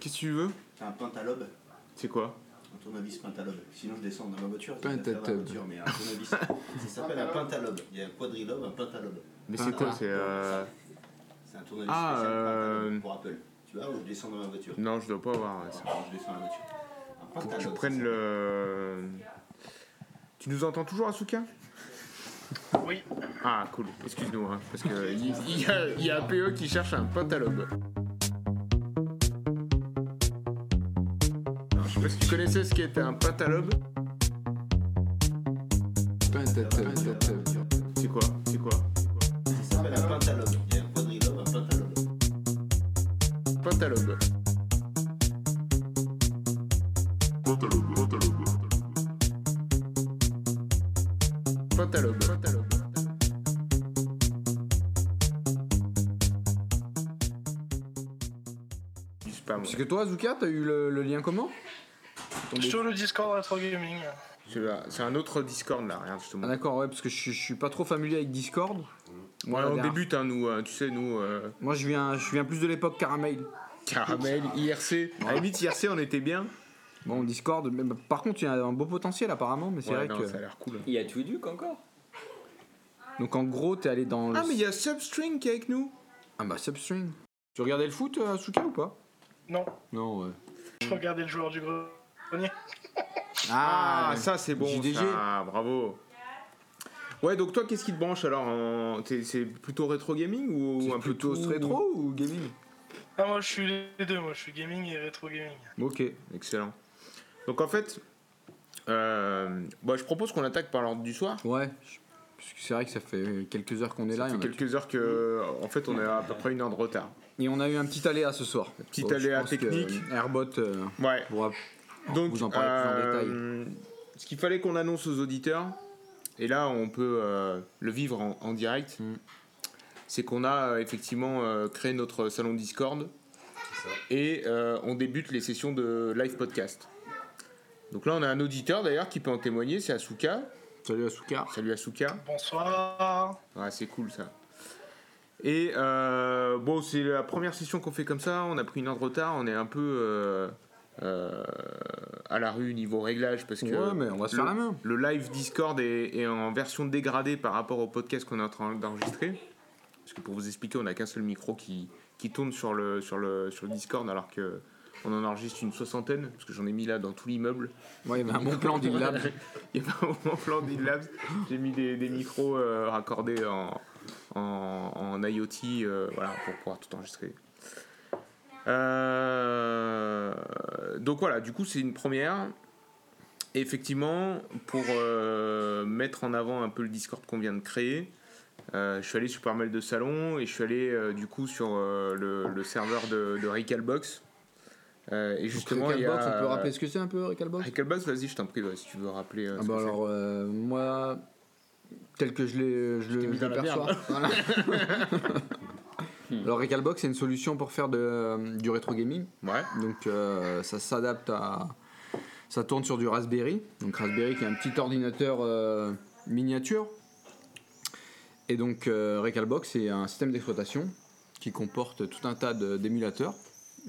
Qu'est-ce que tu veux Un pentalobe, C'est quoi un tournevis pentalobe. Sinon, je descends dans ma voiture. je Pentatobe. vais faire la voiture, mais un tournevis. ça s'appelle un pentalobe. Il y a un quadrilobe, un pentalobe. Mais Pas c'est quoi grave. C'est. euh, C'est un tournevis Ah, spécial pentalobe euh, pour Apple. Tu vois, où je descends dans ma voiture. Non, je dois pas avoir. euh, ça. Alors, je descends dans la voiture. Faut Un que pentalobe, tu ça prennes s'appelle. le. Tu nous entends toujours, Asuka Oui. Ah, cool. Excuse-nous, hein, parce que il il y, a- il y a un PE qui cherche un pentalobe. Alors, Je sais pas si tu connaissais ce qu'était un pentalobe. C'est quoi C'est quoi Ça s'appelle un pentalobe. Il y a un quadrilobe, un pentalobe. Pentalobe. Pentalobe. Pentalobe. Du spam. Parce que toi, Azuka, t'as eu le, le lien comment Sur le Discord Retro Gaming. Celui-là, C'est un autre Discord là, regarde, je te Ah montre. d'accord, ouais, parce que je, je suis pas trop familier avec Discord. Moi, Ouais, la on dernière- débute, hein, nous, euh, tu sais, nous, euh, Moi, je viens, je viens plus de l'époque Caramel. Caramel, IRC. À la limite, IRC, on était bien. Bon, Discord, mais, bah, par contre, il y a un beau potentiel apparemment, mais c'est Ouais, vrai non, que... ça a l'air cool. Il y a Twiduc encore. Donc en gros, t'es allé dans le... Ah, mais il y a Substring qui est avec nous. Ah bah, Substring. Tu regardais le foot, euh, Azuka, ou pas Non, Non, ouais. je regardais le joueur du grenier. Ah, ça, c'est bon. JDG. ça, Ah, bravo. Ouais, donc toi, qu'est-ce qui te branche alors en- t'es- C'est plutôt rétro gaming ou C'est un peu plutôt tout rétro ou gaming Ah, moi je suis les deux, moi je suis gaming et rétro gaming. Ok. Excellent. Donc en fait, euh, bah, je propose qu'on attaque par l'ordre du soir. Ouais. je- Parce que c'est vrai que ça fait quelques heures qu'on est là. Ça il y fait en a- quelques heures que, en fait, on est à, peu près une heure de retard. Et on a eu un petit aléa ce soir. Petit je aléa pense que, technique. euh, Airbot euh, Ouais. pourra Donc, vous en parler plus en détail. euh, ce qu'il fallait qu'on annonce aux auditeurs, et là on peut euh, le vivre en, en direct, Mm. c'est qu'on a euh, effectivement euh, créé notre salon Discord et euh, on débute les sessions de live podcast. Donc là on a un auditeur d'ailleurs qui peut en témoigner, c'est Asuka. Salut Asuka. Salut Asuka. Bonsoir. Ouais, c'est cool ça. Et euh, bon, c'est la première session qu'on fait comme ça. On a pris une heure de retard. On est un peu euh, euh, à la rue niveau réglage parce que Ouais, mais on va se faire le- la main. le live Discord est, est en version dégradée par rapport au podcast qu'on est en train d'enregistrer. Parce que pour vous expliquer, on n'a qu'un seul micro qui, qui tourne sur le, sur, le, sur le Discord alors que on en enregistre une soixantaine, parce que j'en ai mis là dans tout l'immeuble. Ouais, il y avait un bon plan d'Illab. Il y a pas mon plan d'Inlabs. J'ai mis des, des micros euh, raccordés en, en, en IoT euh, voilà, pour pouvoir tout enregistrer. Euh, donc voilà, du coup, c'est une première. Et Effectivement, pour euh, mettre en avant un peu le Discord qu'on vient de créer, euh, je suis allé sur pas mal de salons et je suis allé euh, du coup sur euh, le, le serveur de, de Recalbox. Euh, et justement, il y a- Ah, Recalbox, on peut rappeler ce que c'est un peu Recalbox Recalbox, vas-y, je t'en prie, ouais, si tu veux rappeler. euh, Ah ce bah que alors, euh, moi, tel que je l'ai- euh, je t'ai le mis je dans le la Hmm. perçois. Voilà. alors Recalbox, c'est une solution pour faire de, euh, du rétro gaming. c'est. Ouais. Donc euh, ça s'adapte à... Ça tourne sur du Raspberry. Donc Raspberry qui est un petit ordinateur euh, miniature. Et donc euh, Recalbox c'est un système d'exploitation qui comporte tout un tas de- d'émulateurs.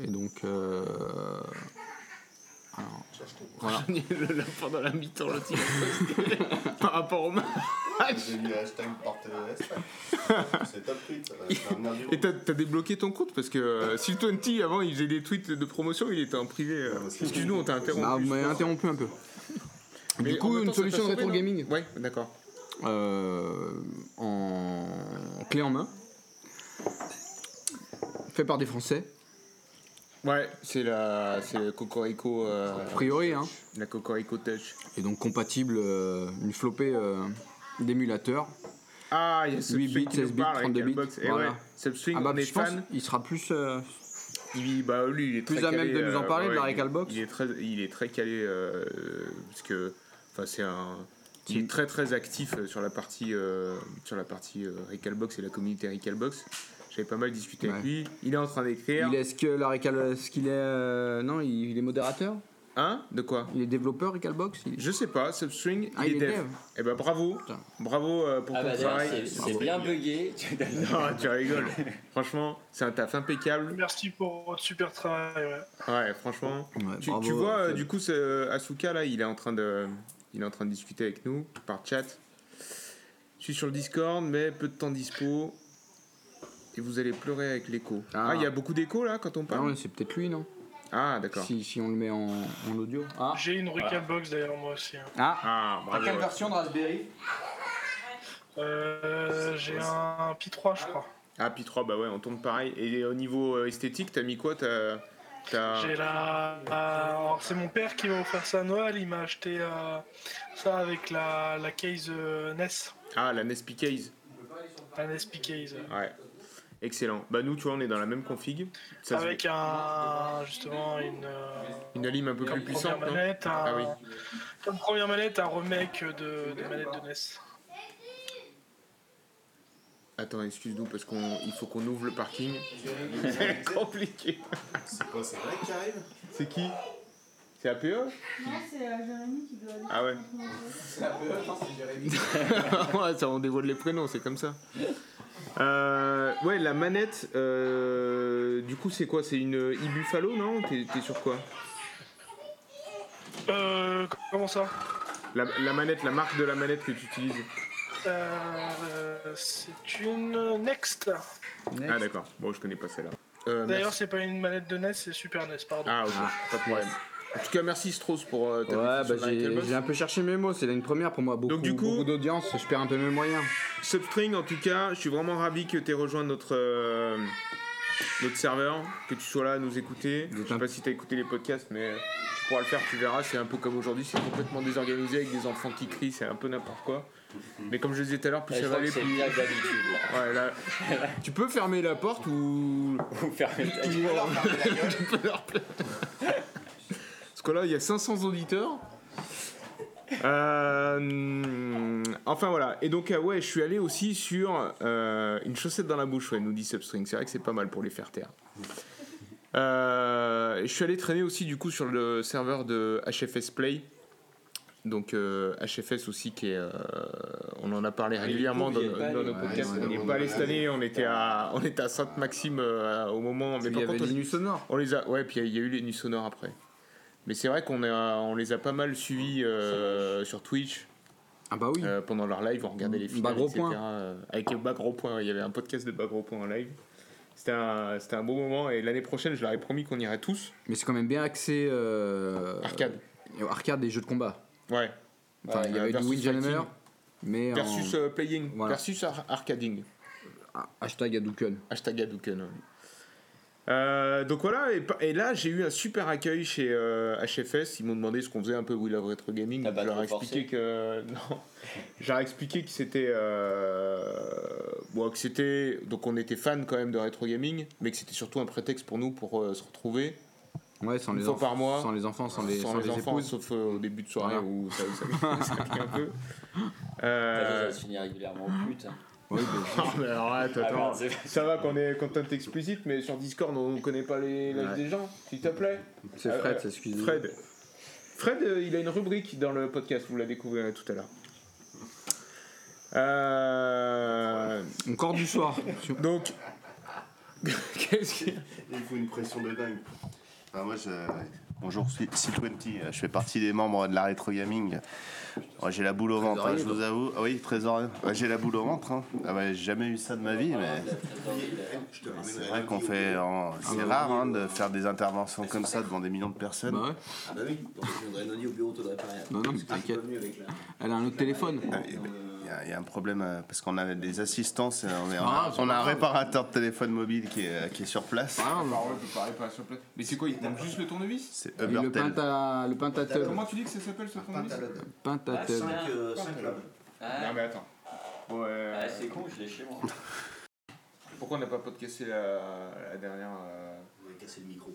Et donc... euh, alors, voilà. le lapin dans la mi-temps, l'autre il a posté par rapport au match. J'ai mis le hashtag partenariat. C'est top tweet. ça va- ça va venir du Et haut. t'as t'as débloqué ton compte parce que euh, si le 20 avant il faisait des tweets de promotion, il était en privé. euh. Excuse-nous, on t'a interrompu. Bah, vous m'avez je pense. interrompu un peu. Mais du en coup, même temps, ça une t'a solution de sauvé, rétro non gaming Ouais, d'accord. euh, en clé en main, fait par des Français, Ouais, c'est la, c'est le Cocorico, euh, a priori, hein, la Cocorico Touch. et donc compatible euh, une flopée euh, d'émulateurs. Ah, il y a 8 Subswing bits, qui nous 16 bits, parle avec 32 bits, Xbox. Et voilà. ouais, Subswing, Ah bah, on est je pense fan. il sera plus. euh, Il, bah, lui, il est Plus très à même calé, de nous en euh, parler, de la il- Recalbox. Il est très, il est très calé euh, parce que, enfin, c'est un. Il Mm. est très très actif euh, sur la partie euh, sur la partie euh, Recalbox et la communauté Recalbox. J'avais pas mal discuté avec Ouais. lui. Il est en train d'écrire. il est ce que la récal, ce qu'il est. euh, non, il, il est modérateur. Hein De quoi Il est développeur Recalbox il- Je sais pas, Substring, Ah, il est dev. Eh ben bravo, Putain. bravo euh, pour Ah ton bah d'ailleurs, travail. c'est- c'est bien bugué. Tu- Non, tu rigoles. franchement, c'est un taf impeccable. Merci pour votre super travail. ouais. Ouais, franchement. Ouais, Tu, bravo, tu vois, euh, Fred. du coup, ce, euh, Asuka, là, il est, en train de, il est en train de discuter avec nous par chat. Je suis sur le Discord, mais peu de temps dispo. Et vous allez pleurer avec l'écho. Ah. Ah, il y a beaucoup d'écho, là, quand on Ah parle ouais, c'est peut-être lui, non Ah, d'accord. si, si on le met en, en audio. Ah, J'ai une Recalbox d'ailleurs, moi aussi. hein. ah. Ah, T'as bravo. quelle ouais. version de Raspberry Euh, J'ai un Pi 3, je crois. Ah, puis 3, bah ouais, on tombe pareil. Et au niveau euh, esthétique, t'as mis quoi T'as. t'as- J'ai la. la- alors, c'est mon père qui m'a offert ça à Noël. Il m'a acheté euh, ça avec la, la case euh, NES. Ah, la NES Case. La NES Pi case. euh, Ouais. Excellent. Bah, nous, tu vois, on est dans la même config. Ça se avec un. Justement, une. euh, voit. Une lime un peu plus comme puissante, première non manette, un, Ah oui. Comme première manette, un remake de, des manettes de E NES. Attends, excuse-nous parce qu'on il faut qu'on ouvre le parking. C'est compliqué. C'est quoi, c'est vrai qui arrive C'est qui C'est E? APE Non, c'est euh, Jérémy qui doit aller. Ah ouais. ouais, ça on dévoile les prénoms, c'est comme ça. Euh, ouais, la manette, euh, du coup, c'est quoi C'est une euh, e-Buffalo, non T'es t'es sur quoi Euh, comment ça la, la manette, la marque de la manette que tu utilises. Euh, C'est une Next. Ah, d'accord. Bon, je connais pas celle-là. Euh, D'ailleurs, merci. c'est pas une manette de NES, c'est Super NES, pardon. Ah, ok, pas de problème. En tout cas, merci Strauss pour euh, Ouais, ta bah réflexion sur la j'ai Nickelbox. j'ai un peu cherché mes mots, c'est une première pour moi. Beaucoup, du coup- beaucoup d'audience, je perds un peu mes moyens. Substring, en tout cas, je suis vraiment ravi que tu aies rejoint notre, euh, notre serveur, que tu sois là à nous écouter. Je sais pas si tu as écouté les podcasts, mais tu pourras le faire, tu verras. C'est un peu comme aujourd'hui, c'est complètement désorganisé avec des enfants qui crient, c'est un peu n'importe quoi. Mais comme je le disais tout à l'heure, plus Ouais, je ça va crois que aller, c'est plus. bien que d'habitude. là. Ouais, là, Tu peux fermer la porte ou. Vous fermez ta gueule. Parce que là, il y a 500 auditeurs. Euh, enfin voilà, et donc euh, ouais, je suis allé aussi sur euh, une chaussette dans la bouche, ouais, nous dit Substring. C'est vrai que c'est pas mal pour les faire taire. Euh, je suis allé traîner aussi du coup sur le serveur de HFS Play. Donc euh, HFS aussi qui est, euh, on en a Ah, parlé régulièrement dans, vous y êtes pas dans allé. nos Ouais, podcasts. non, on n'y non, est pas non, allé non. cette année, on était à, on était à Sainte Maxime au moment, mais Il par y avait contre on- Linus Sonore. on les a, ouais, puis il y, a eu les nuits sonores après. Mais c'est vrai qu'on a, on les a pas mal suivis euh, sur Twitch Ah bah oui. euh, pendant leur live. On regardait les films, Bah, gros etc. point. euh, avec le Bagro Point, ouais, il y avait un podcast de Bagro Point en live. C'était un, c'était un beau moment et l'année prochaine, je leur ai promis qu'on irait tous. Mais c'est quand même bien axé. euh, Arcade. euh, Arcade et jeux de combat. Ouais. Enfin, Ouais, il y euh, avait du versus Windjammer. fighting. Mais. en- Versus euh, playing, Voilà. versus ar- arcading. ah, Hashtag Hadouken. Hashtag Hadouken. ouais. Euh, donc voilà, et, pa- et là j'ai eu un super accueil chez euh, HFS. Ils m'ont demandé ce qu'on faisait un peu We Love Retro Gaming. T'as pas je leur ai Ah bah, trop forcé. expliqué que. Non. Je leur ai expliqué que c'était. euh, bon, que c'était. Donc on était fan quand même de Retro Gaming, mais que c'était surtout un prétexte pour nous pour euh, se retrouver. Ouais, sans Une les fois enf- par mois. Sans les enfants, sans les, sans sans les, les enfants, épouses. sauf euh, au début de soirée Voilà. où ça, ça- ça claque un peu. Euh, Ça se finit régulièrement au pute. hein. Ouais, bah, non, mais arrête, Ah, attends. merde, c'est- Ça va qu'on est content explicite, mais sur Discord on ne connaît pas les l'âge Ouais. des gens, s'il te plaît. c'est Ah, euh, Fred, ouais. c'est excusez Fred. Fred, euh, il a une rubrique dans le podcast, vous la découvrirez tout à l'heure. Euh, Encore du soir. Tu- Donc. Qu'est-ce qu'il y a Il faut une pression de dingue. Enfin, Ah, moi, je... Bonjour, C- C20. Je fais partie des membres de la Retro Gaming. Moi, j'ai la boule au ventre, hein, je vous avoue. Ah Oui, trésor. j'ai la boule au ventre. hein. Ah bah, j'ai jamais eu ça de ma vie, mais c'est vrai qu'on fait. en- C'est rare hein, de faire des interventions comme ça devant des millions de personnes. Bah ouais. Ah bah oui, donc je viendrai lundi au bureau, t'aurais pas rien. Ah. Non, non, mais Parce que je suis t'inquiète. pas venu avec la- Elle a un autre téléphone. Ah, Il y a- il y, a un problème euh, parce qu'on a des assistances. euh, On, est- pas grave, Ah, c'est on a pas un grave. réparateur de téléphone mobile qui est, euh, qui est sur place. Ah, bah, Mais c'est quoi Il manque juste le tournevis C'est et le Ubertel. Penta, le Pentatel. Comment tu dis que ça s'appelle ce tournevis Pentalobe. Pentatel. Cinq, euh, cinq lobes. Ah, Non, mais attends. Bon, euh, ah, c'est con, je l'ai chez moi. pourquoi on n'a pas podcasté la, la dernière. euh, On va casser le micro.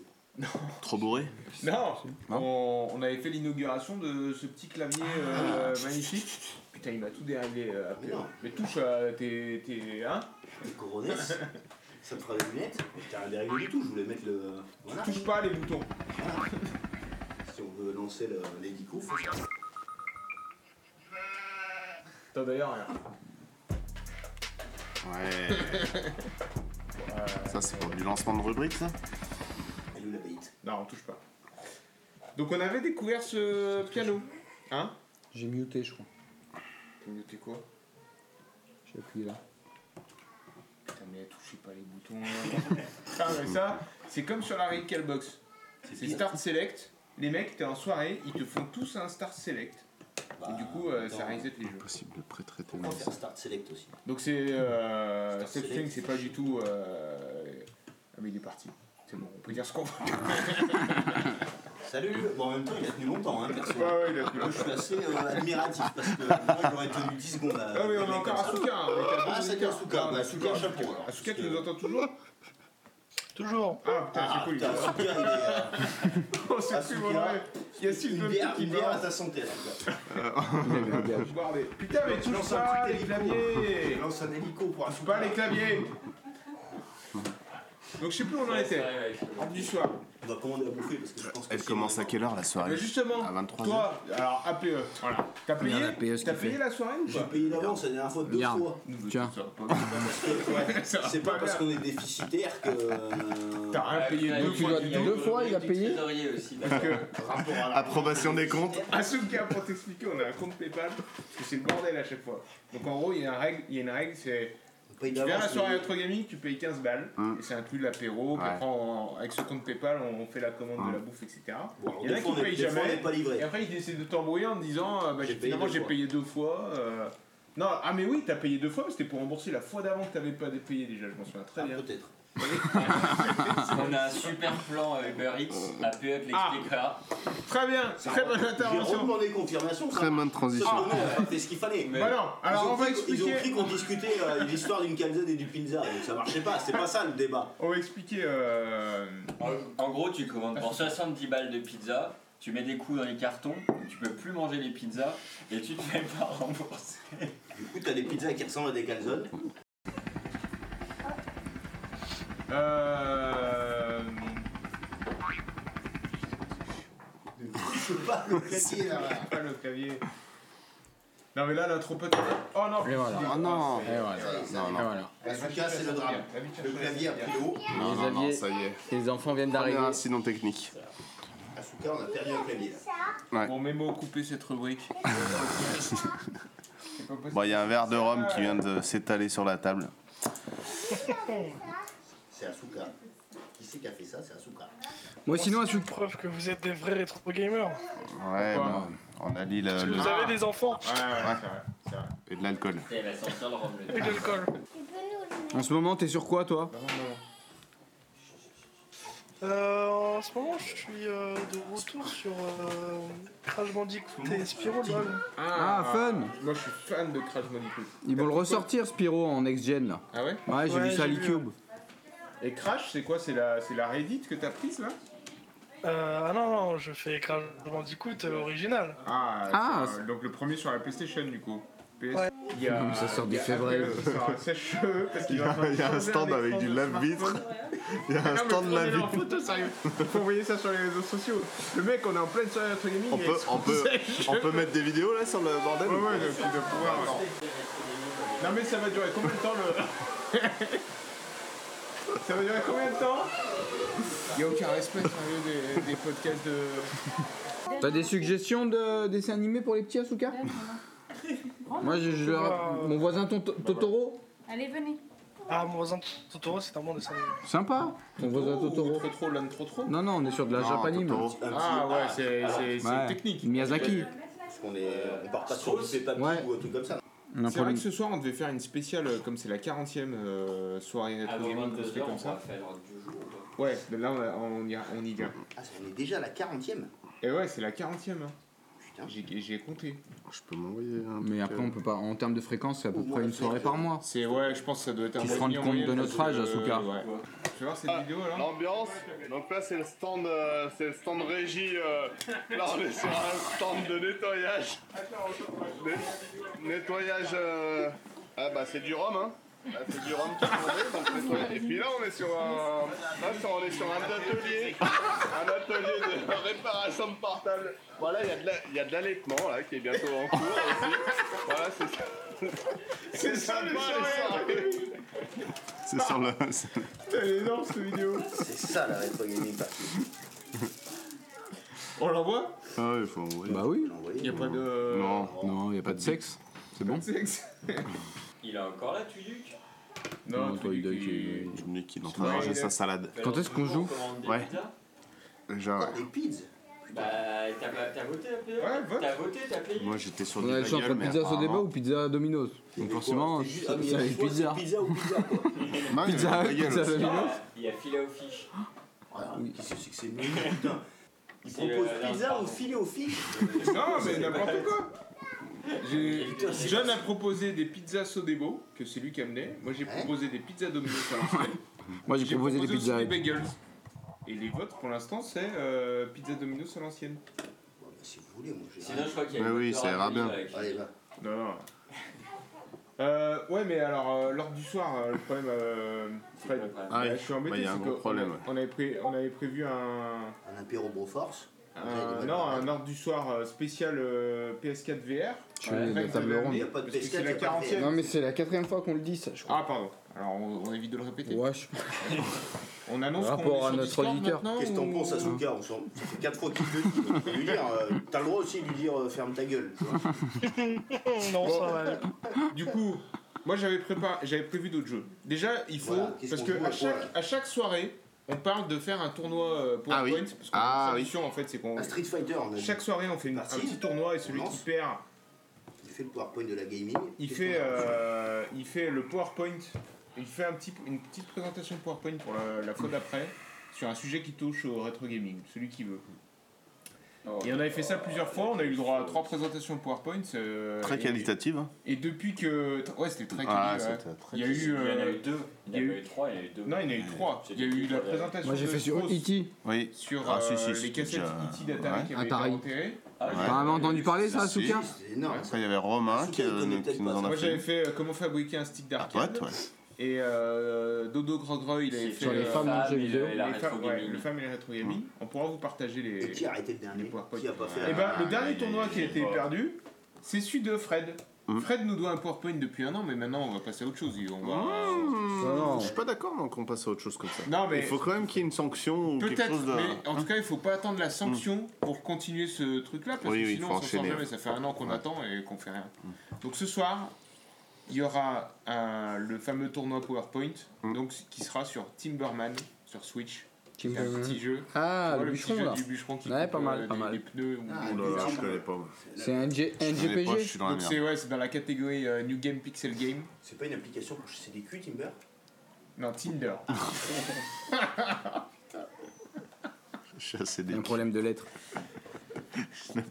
Trop bourré Non, Non. on, on avait fait l'inauguration de ce petit clavier Ah. euh, magnifique. Putain, il m'a tout déréglé. euh, Apple. Mais non. mais touche à tes, tes- hein Les coronets, ça te fera les lunettes. T'as rien dérégulé du tout, je voulais mettre le. Voilà. Touche pas les boutons. Si on veut peut lancer le- les 10 coups. T'as d'ailleurs rien. Ouais. Euh, Ça, c'est pour du lancement de rubrique, ça Elle ou la bite. Non, on touche pas. Donc on avait découvert ce piano. Hein J'ai muté, je crois. T'as muté quoi J'ai appuyé là. Putain, mais touchez pas les boutons. ah, mais ça, c'est comme sur la Radical Box. C'est Start Select. Les mecs, t'es en soirée, ils te font tous un Start Select. Et du coup, euh, ça reset les jeux. Impossible de pré-traiter. Pourquoi faire start select aussi Donc c'est. Euh, Start Step Select. String, c'est pas du tout. euh, Ah, mais il est parti. C'est bon, on peut dire ce qu'on veut. Salut Bon, en même temps, il a tenu longtemps, hein, perso. Ouais, ouais, il a Moi, je suis assez euh, admiratif parce que moi, j'aurais tenu 10 secondes à. Ah oui, on a encore Asuka. hein, on était à Ah, deux c'était Asuka. Asuka, Ah, on a bah, Asuka, Asuka. chapeau, alors, Asuka, parce tu que- nous entends toujours Toujours. Ah putain, Ah, c'est cool. putain, Asuka, il est. euh, On s'est plus Asuka. voilà. Il y a Une Sylvain bière, qui une bière à parle. ta santé, Asuka. Eh, Boire des- Putain, mais touche Lance un pas petit les hélico. claviers. Il lance un hélico pour Touche Asuka. pas les claviers. Donc je sais plus où on en était. Hors du soir. On va commander à bouffer parce que je pense que. Elle c'est- commence à quelle heure la Mais soirée justement, À 23 toi, alors APE, voilà. T'as payé Regarde APE, ce T'as qu'il payé fait. la E, soirée ou J'ai pas payé l'avance la dernière fois deux Regarde. fois. Tiens. Ça va pas. Ouais, ça va C'est pas parce bien. qu'on est déficitaire que. euh, T'as rien Ah, payé Ah, deux fois du tout. deux fois, il a payé aussi. Parce que rapport à la. Approbation des comptes Asuka, pour t'expliquer, on a un compte PayPal parce que c'est le bordel à chaque fois. Donc en gros, il y a une règle, il y a une règle, c'est Hein. On paye tu viens à la d'avance, soirée mais- Retro Gaming, tu payes 15 balles Mm. et ça inclut l'apéro. puis Ouais. après, on- avec ce compte PayPal, on fait la commande de Mm. la bouffe, etc. Bon, alors, Il y en a des fois, qui on est- payent des fois, on jamais. n'est pas livré. Et après, ils décident de t'embrouiller en disant euh, bah, J'ai j'ai- payé finalement deux j'ai fois. payé deux fois. euh, Non, ah mais oui, t'as payé deux fois, mais c'était pour rembourser la fois d'avant que t'avais pas payé déjà, je m'en souviens très Ah, bien. Peut-être. On a un super plan euh, Uber Eats, APE Ah. l'expliquera. Très bien, très bonne J'ai intervention. redemandé confirmation. ça. Très bonne Sauf transition. que nous, on a pas fait ce qu'il fallait. Mais- Bah non, Ils alors ont on va cru- Ils ont expliquer. cru qu'on discutait euh, l'histoire d'une calzone et du pizza, donc ça marchait pas, c'est pas ça le débat. On va expliquer. euh, En, en gros, tu commandes pour 70 balles de pizza, tu mets des coups dans les cartons, tu peux plus manger les pizzas et tu te fais pas rembourser. Du coup, t'as des pizzas qui ressemblent à des calzones. Euh... C'est pas le clavier là. Pas le clavier. Non mais là la trompette. Oh non. Et voilà. Ah, Oh non. c'est- Et Eh, voilà. Ça y est, ça Non, y Et est. voilà. La Zuka, Ah, c'est le drame. La vie de Le chercher clavier a la pris l'eau. Non, Les non, non, aviers. ça y est. Les enfants viennent d'arriver. Première incident technique. Asuka, on a perdu un clavier. Bon mémo, coupez cette rubrique. C'est pas possible. Bon, il y a un verre de rhum qui vient de s'étaler sur la table. C'est Asuka. Qui c'est qui a fait ça C'est Asuka. Moi, Euh, sinon, à C'est une preuve que vous êtes des vrais rétro gamers. Ouais, Pourquoi ben, on a dit le, Parce que le- vous avez des enfants Ouais, ouais, c'est vrai, c'est vrai. et de l'alcool. Elle va sentir ben, le rhum, et de l'alcool. en ce moment, t'es sur quoi, toi Euh, en ce moment, je suis euh, de retour sur euh, Crash Bandicoot et Spyro Dragon. Ah, fun Moi je suis fan de Crash Bandicoot. Ils vont le ressortir, Spyro, en next-gen, là. Ah ouais Ouais, j'ai Ouais, vu ça à j'ai vu, l'E-Cube. Et Crash, c'est quoi C'est la, c'est la Reddit que t'as prise là Euh, ah non, non, je fais Crash Bandicoot euh, original. Ah, Ah, c'est- donc le premier sur la PlayStation du coup. PS. Ouais. Il y a, Ça sort il y a du février. Apple qui sort un sèche-cheveux parce qu'il est en train de Il y a un changer stand avec écran du de lave-vitre. smartphone. Il y a un Non, mais stand de la prenez-le en vie. photo, sérieux. Faut envoyer ça sur les réseaux sociaux. Le mec, on est en pleine soirée de gaming. On et peut, on, peut, sèche. on peut mettre des vidéos là sur le bordel Ouais, ouais, le truc de pouvoir. ouais. Non, mais ça va durer combien de temps le. ça va durer combien de temps Il n'y a aucun respect sérieux des, des podcasts de. T'as des suggestions de dessins animés pour les petits, Asuka Moi, je, je leur- mon voisin Tonto- Totoro. Allez, venez. Ah, mon voisin Totoro, c'est un bon dessin animé. Sympa, mon voisin Ou Totoro. Trop trop, l'un trop trop. Non, non, on est sur de la Non, japanime. Totoro. Un petit- Ah ouais, c'est c'est- c'est Ouais. technique. Miyazaki. Parce qu'on est, on part pas sur du papier Ouais. ou un truc comme ça. On a un C'est vrai problème. que ce soir, on devait faire une spéciale, euh, comme c'est la 40e euh, soirée rétro Avant gaming qu'on se 22h, fait on comme va ça. faire l'ordre du jour. ou Ouais, mais là, on, a- on y, a- on y vient. Ah, on est déjà à la 40ème. Et ouais, c'est la 40e. hein. Putain. J'ai j'ai compté. Je peux m'envoyer un Mais truc, après, euh, on peut pas. En termes de fréquence, c'est à peu Ou près une moi, soirée c'est- par mois. C'est ouais, je pense que ça doit être un Qu'ils se mois et demi rendent en compte de moyenne, notre parce que, âge, Asuka. euh, ouais. Ah, Tu veux voir cette vidéo là L'ambiance, donc là c'est le stand, euh, c'est le stand régie, euh, là on est sur un stand de nettoyage. Né- nettoyage, euh, ah bah c'est du rhum hein. Là, c'est du rhum qui tournait, donc c'est tourné. Et puis là, on est sur un, là, ça, on est sur un atelier, un atelier de réparation de portable. Voilà, il y a de la- il y a de l'allaitement là qui est bientôt en cours aussi. Voilà, c'est ça. C'est sympa les soirées. C'est sur Ah, le. C'est ça la rétro gaming. On l'envoie Ah ouais, faut envoyer. Bah oui. Il n'y a pas de. non. Non, il a pas de sexe. C'est bon Il a encore la tuyuque. Non, Non, le toi, truc il doit- qui- qu'il- Tu me dis qu'il est en train de Ouais, manger il est- sa salade. Quand est-ce qu'on joue Ouais. Ouais. Genre, Des pizzas. Bah, t'as pas- t'as voté la playlist Ouais, vote. T'as voté ta playlist moi j'étais sur On des a le choix bagels, entre mais pizza apparemment- Sodeba ou pizza Domino's. Donc forcément, ça ça va être pizza. Pizza ou pizza quoi. Non, il y Pizza, avait des bagels pizza aussi. Domino's. Il y a filet aux fiches. Voilà, Ah Qu'est-ce que c'est que c'est nul putain. Il C'est, propose euh, pizza pardon. au filet au fish. Non, mais n'importe quoi J'ai- Putain, c'est- John a proposé des pizzas Sodebo, que c'est lui qui amenait. Moi j'ai Ouais. proposé des pizzas Domino's à l'ancienne. Moi j'ai proposé des aussi pizzas. des bagels. Et les votes pour l'instant c'est euh, pizza Domino's à l'ancienne. Bon, bah, Si vous voulez, moi j'ai. Sinon, je crois qu'il y a Bah Mais une oui, autre ça ira rapide, bien. là, qui- Allez, va. Non, non. Euh, ouais, mais alors, euh, l'ordre du soir, euh, le problème. euh, C'est Fred, pas grave. Ah euh, ouais. je suis embêté, Bah, y a un c'est gros qu'on problème, a- ouais. on, avait pré- on avait prévu un. Un apéro Broforce. un- Ouais, non, ouais. un ordre du soir euh, spécial euh, PS4 VR. Je suis allé à Fred, la table vous l'avez ronde. Il amené n'y a pas de Parce que c'est pescade, la il y a pas de 40e. Non mais c'est la quatrième fois qu'on le dit ça, je crois. Ah, pardon. Alors, on, on évite de le répéter. Ouais, je- On annonce Rapport qu'on est à sur notre Discord auditeur. maintenant, Qu'est-ce que t'en ou- penses, Asuka On s'en- Ça fait 4 fois qu'il te le dit. donc faut lui dire, euh, T'as le droit aussi de lui dire euh, ferme ta gueule. tu vois. Non, ça va aller. Du coup, moi j'avais prépa- j'avais prévu d'autres jeux. Déjà, il faut Voilà, qu'est-ce parce qu'on que joue, à à quoi, chaque, là à chaque soirée, on parle de faire un tournoi euh, PowerPoint. Ah oui. Parce que Ah notre oui. solution, en fait, c'est qu'on Un Street Fighter, on a dit. chaque soirée on fait une- un Parti. petit tournoi et celui On qui lance. perd, Il fait le PowerPoint de la gaming. il Qu'est-ce fait, qu'on a euh, il fait le PowerPoint. Il fait un petit, une petite présentation PowerPoint pour la, la fois d'après sur un sujet qui touche au rétro gaming, celui qui veut. Et on avait fait ça plusieurs fois. On a eu le droit à trois présentations PowerPoint. euh, Très et- qualitative. hein. Et depuis que, ouais, c'était très Ah, quali, ouais. c'était très- Il y a eu. Il y en a euh, eu deux. Il y en a pas eu trois, il y en a eu deux. Non, il y en a eu trois. Il y a eu la présentation. Moi j'ai de fait sur E Strauss E.T. Oui. sur, Ah, euh, si, si, les c'était cassettes déjà- E.T. d'Atari ouais. qui avaient été Atari. enterrées. Ah, Ouais. T'as vraiment entendu parler ça, Si. Asuka C'est énorme. Après, il y avait Romain Asuka, qui, il euh, connaît qui peut-être nous pas. en a Moi j'avais fait fait euh, comment fabriquer un stick à d'arcade. pote, ouais. Et euh, Dodo Grogreux il avait fait. sur les euh, femmes dans le jeu et vidéo. et les femmes- la rétro ouais, gaming. le femme et les rétro gaming. On pourra vous partager les. Et Ah, qui a arrêté le Les dernier PowerPoint. Qui a pas fait Et un- ben le dernier aïe, tournoi aïe, qui a été aïe. perdu, c'est celui de Fred. Mhm. Fred nous doit un PowerPoint depuis un an, mais maintenant on va passer à autre chose. On va... non. Je suis pas d'accord moi, qu'on passe à autre chose comme ça. Non, mais- Il faut quand même qu'il y ait une sanction ou quelque Peut-être, chose de. hein Hmm. mais en tout cas, il faut pas attendre la sanction pour continuer ce truc-là, parce Oui, que oui, sinon faut on s'en sort enchaîner. jamais. Ça fait un an qu'on Ouais. Hmm. attend et qu'on fait rien. Donc ce soir, il y aura un- le fameux tournoi PowerPoint, Mm. donc qui sera sur Timberman sur Switch. Qui C'est un petit jeu. Ah, Tu vois, petit le bûcheron jeu là. du bûcheron qui Ouais, coupe, pas mal, euh, pas des- mal. des pneus. ou- Ah, Oh là là, je connais pas. moi. C'est un G- Je connais pas, je NGPG suis dans la Donc merde. c'est ouais, c'est dans la catégorie euh, New Game Pixel Game. C'est pas une application pour chasser des culs, Timber Non, Tinder. Ah, Je suis assez Il y a dé- un problème de lettres.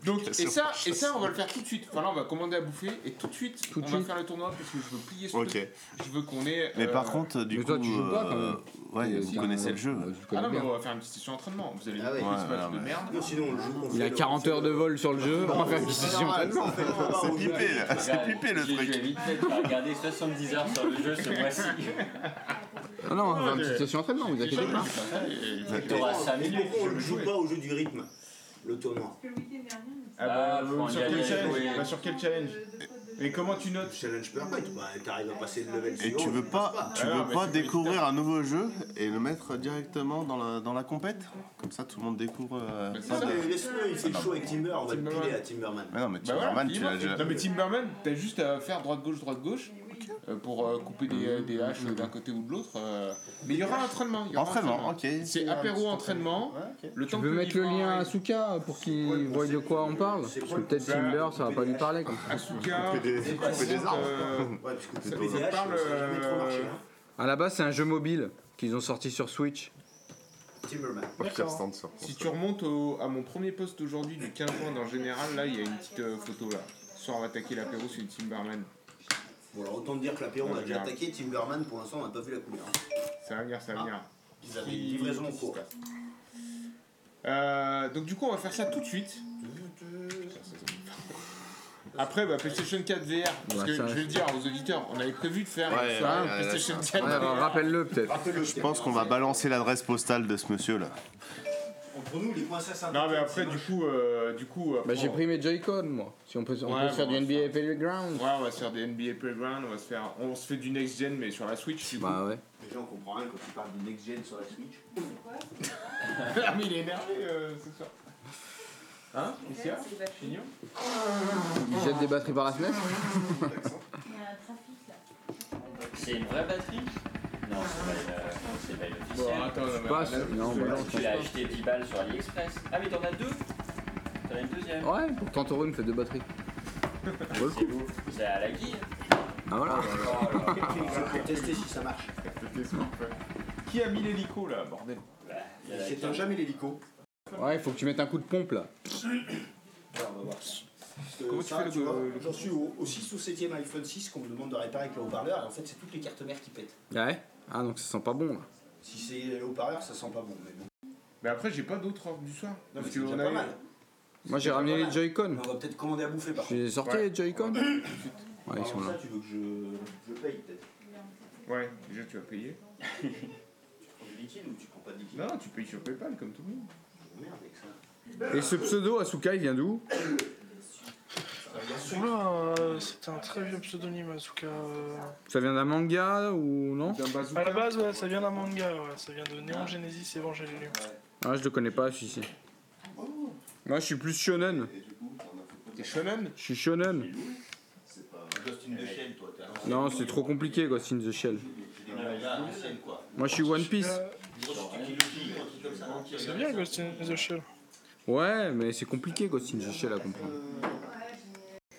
Donc, et Application ça, pour et ça, on va le faire tout de suite. Enfin, là, on va commander à bouffer et tout de suite, Tout de on va suite. faire le tournoi parce que je veux plier ce Ok. truc. Je veux qu'on ait. Mais euh, par contre, du mais coup. toi, tu joues pas, quand euh, même. Ouais, Et vous tiens, connaissez le jeu. euh, je Ah connais non, mais bien. on va faire une petite session d'entraînement. Vous allez Ah ouais. voir ce Ouais, match de ouais. merde. Non, sinon on le joue. on Il fait a Ah, le- Ah, 40 heures de vol sur le jeu. On va faire une session. C'est pipé, là. C'est pipé le J'ai- truc. J'ai vite fait de regarder 70 heures sur le jeu ce mois-ci. Ah non, on va faire une petite session entraînement, vous inquiétez pas. T'auras 5 Mais minutes. pourquoi on le joue jouer. pas au jeu du rythme Le tournoi Parce que le week-end dernier, Ah bah, Ah, bon, sur y a- y quel a- challenge oui. Bah, Sur quel challenge Et comment tu Le notes challenge PowerPoint, bah, t'arrives à passer le level. Et tu veux pas, tu Ah non, veux mais pas c'est une découvrir un nouveau jeu et le mettre directement dans la, dans la compète Comme ça, tout le monde découvre. euh, Bah, c'est pas ça. de- Mais laisse-le, il fait Ah, chaud avec Timber, on va le Timberman. piler à Timberman. Mais non, mais Bah Timberman, voilà, tu l'as Timberman. déjà. Non mais Timberman, t'as juste à faire droite gauche droite gauche euh, pour euh, couper des, Mmh. des haches d'un côté ou de l'autre. euh. Mais il y aura un entraînement. il y aura un Entraînement, ok. C'est apéro entraînement. Le Tu temps veux que mettre le Livra lien à arrive. Asuka pour qu'il voie de quoi on parle Parce que peut-être Timber, ça va pas lui parler comme ça. Asuka. Tu fais des- c'est tu quoi, fais des c'est, arbres. euh, Ouais, parce que Ça les parle, euh, DH, ça a jamais trop marché. hein. À la base, c'est un jeu mobile qu'ils ont sorti sur Switch. Timberman. D'accord. stand sur Si tu remontes au- à mon premier post aujourd'hui du 15 juin dans le général, là il y a une petite euh, photo là. Ce Soir on va attaquer l'apéro sur le Timberman. Bon, alors autant te dire que l'apéro on Ouais, a déjà regarde. attaqué, Timberman pour l'instant on n'a pas vu la couleur. Ça va venir, ça va Ah. venir. Ils avaient une livraison en cours. Euh, donc du coup on va faire ça tout de suite. Après, bah, PlayStation 4 VR, parce Ouais, que je ça, vais c'est- le dire aux auditeurs, on avait prévu de faire Ouais, ça, ouais, ouais, PlayStation ouais, 4 Ouais, VR. Rappelle-le peut-être. Je pense qu'on va balancer l'adresse postale de ce monsieur là. Entre nous, les points ça Non, mais après, du coup, euh, du coup après, Bah, j'ai on- pris mes Joy-Con moi. Si on peut, on Ouais, peut se faire bon, du on va NBA Playground. Ouais, on va se faire des NBA Playground, on va se faire, on se fait du next gen mais sur la Switch du coup. Bah ouais. Déjà, on comprend rien quand tu parles du next-gen sur la Switch. ah mais il est énervé euh, ce soir. Hein Qu'est-ce qu'il y a C'est pas fini. Chignon Il jette des batteries par la fenêtre. Il y a un trafic là. C'est une vraie batterie Non, c'est pas une- euh, c'est pas une Bon, officielle. attends, non, mais Pas- là, non, bah non, Tu l'as acheté 10 balles sur AliExpress. Ah, mais t'en as deux T'en as une deuxième Ouais, pour Tantoro, il me fait deux batteries. Vaut le C'est où C'est à la guille Ah voilà. Oh là là. C'est pour tester si ça marche. c'était ce qu'on fait. Qui a mis l'hélico là, bordel Bah, il y a la C'est guille. un jamais l'hélico. Ouais, il faut que tu mettes un coup de pompe là. Ouais, on va voir. Comment tu fais le- vois, le- J'en suis au, 6 ou 7ème iPhone 6 qu'on me demande de réparer avec le haut-parleur et en fait c'est toutes les cartes mères qui pètent. Ouais. Ah donc ça sent pas bon là. Si c'est le haut-parleur ça sent pas bon mais bon. Mais après j'ai pas d'autre ordre du soir. Non Parce mais c'est que déjà on a pas eu- mal. Moi j'ai C'est ramené pas les mal. Joy-Con. Mais On va peut-être commander à bouffer par Je contre. les ai sortis Ouais. les Joy-Con. Ouais, ils sont Alors là. ça tu veux que je, je paye peut-être. Ouais, déjà tu vas payer. Tu prends du liquide ou tu prends pas de liquide Non, tu payes sur PayPal comme tout le monde. Oh, Merde avec ça. Et ce pseudo Asuka, il vient d'où Oula, euh, c'était un très vieux pseudonyme, Asuka. euh. Ça vient d'un manga ou non D'un bazooka. À la base, ouais, ça vient d'un manga, ouais, ça vient de Neon Genesis Evangelion. Ah, je le connais pas celui-ci. Moi je suis plus shonen. T'es shonen Je suis shonen. Dustin de Shell toi t'es un Non, c'est trop compliqué Ghost in the Shell. là ancienne quoi. Moi je suis One Piece. Euh, Un truc comme ça. non, qui C'est regarde. bien Ghost in the Shell. Ouais, mais c'est compliqué Ghost in the Shell à comprendre.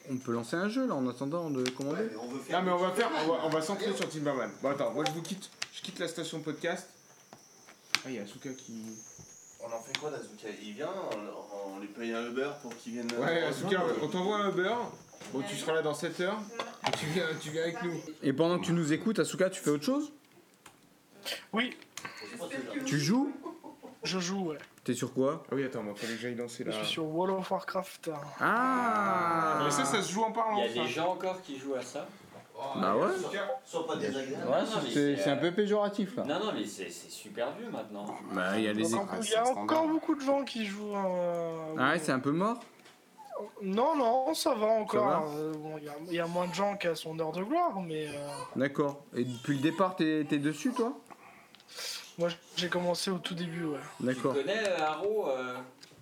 On peut lancer un jeu là en attendant de commander. Mais on veut faire Non mais on va faire, on va, on va centrer sur Timberman. Bon attends, moi je vous quitte, je quitte la station podcast. Ah il y a Asuka qui. On en fait quoi d'Azuka Il vient, on, on lui paye un Uber pour qu'il vienne. Ouais, euh, Asuka, on t'envoie un Uber. Bon, tu seras là dans 7 heures. Et Tu viens, tu viens avec nous. Et pendant que tu nous écoutes, Asuka, tu fais autre chose Oui, Tu joues je joue, ouais. T'es sur quoi Ah oui, attends, moi, fallait que j'aille danser Je là. suis sur World of Warcraft. hein. Ah Mais ça, ça se joue en Il parlant. y a des gens encore qui jouent à ça Bah ouais. Sois pas désagréable. Ouais, non, mais C'est c'est un euh, peu péjoratif là. Non, non, mais c'est c'est super vieux maintenant. Bah il y a les Encore- Ah, Il c'est y a standard. encore beaucoup de gens qui jouent. hein, Ah ouais, au- c'est un peu mort Non, non, ça va Ça encore. va Euh, bon, Il y a- il y, a moins de gens qu'à son heure de gloire, mais euh, D'accord. Et depuis le départ, t'es t'es dessus toi moi j'ai commencé au tout début, ouais. Tu D'accord. connais euh, Haro, euh,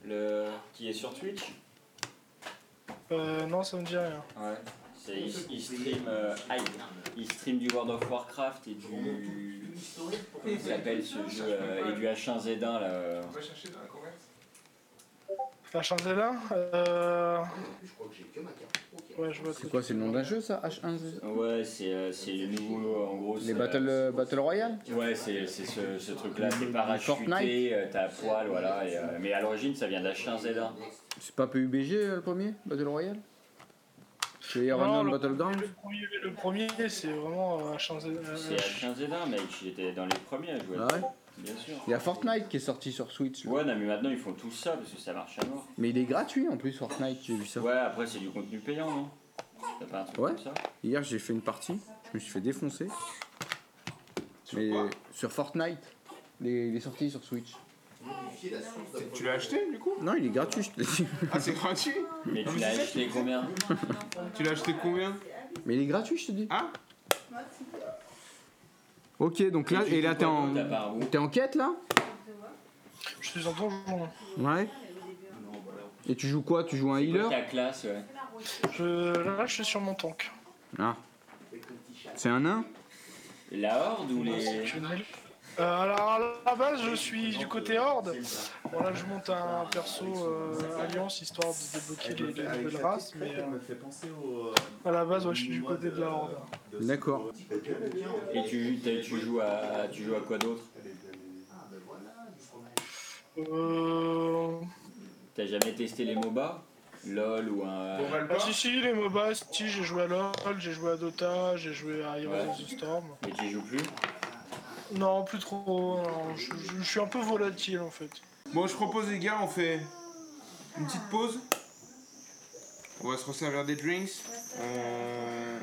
le... qui est sur Twitch Euh, non, ça me dit rien. Ouais. Il, il stream, euh, aïe. il stream du World of Warcraft et du. Comment il s'appelle ce jeu euh, Et du H1Z1 là. euh. va chercher dans la converse. La Chanzella euh... Je crois que j'ai que ma carte. Ouais, je vois C'est quoi, c'est le nom d'un jeu ça H1 Ouais, c'est euh, c'est les nouveaux euh, en gros. Les c'est, Battle, euh, euh, battle Royale Ouais, c'est c'est ce, ce truc-là, t'es parachuté, Fortnite euh, t'as à poil, voilà. et, euh, mais à l'origine, ça vient d'H1Z1. C'est pas PUBG euh, le premier Battle Royale C'est Non, Random le- Battleground Le premier, le premier, c'est vraiment euh, H1Z1. C'est H1Z1, mec, j'étais dans les premiers à jouer. Ah ouais Bien sûr. Il y a Fortnite qui est sorti sur Switch. là. Ouais, non, mais maintenant, ils font tout ça parce que ça marche à mort. Mais il est gratuit en plus Fortnite, j'ai vu ça. Ouais, après, c'est du contenu payant, non T'as pas un truc Ouais. comme ça Hier j'ai fait une partie, je me suis fait défoncer. Mais sur Fortnite, il est, il est sorti sur Switch. Tu l'as acheté du coup Non, il est gratuit, je te dis. Ah, c'est gratuit Mais Ah, tu mais l'as c'est ça acheté combien Tu l'as acheté combien Mais il est gratuit, je te dis. Ah Ok, donc là, tu et là fais t'es quoi, en, t'as pas un roux t'es en quête là Je suis en donjon. Ouais. Et tu joues quoi Tu joues un healer Ta classe, ouais. Je... Là, je suis sur mon tank. Ah. C'est un nain La horde ou les. Euh, alors, à la base, je suis du côté Horde. Bon, là, je monte un perso euh, Alliance histoire de débloquer les, les nouvelles races. Mais euh, me fait penser au. à la base, ouais, je suis du côté de la Horde. D'accord. Et tu, t'as- tu, joues à, tu joues à quoi d'autre Euh... T'as jamais testé les MOBA LOL ou un. Bon, va le Ah, voir. si, si, les MOBA, si, j'ai joué à LoL, j'ai joué à Dota, j'ai joué à Heroes of the Storm. Mais tu y joues plus Non, plus trop. non, je, je- je suis un peu volatile en fait. Bon, je propose les gars, on fait une petite pause. On va se resservir des drinks. On,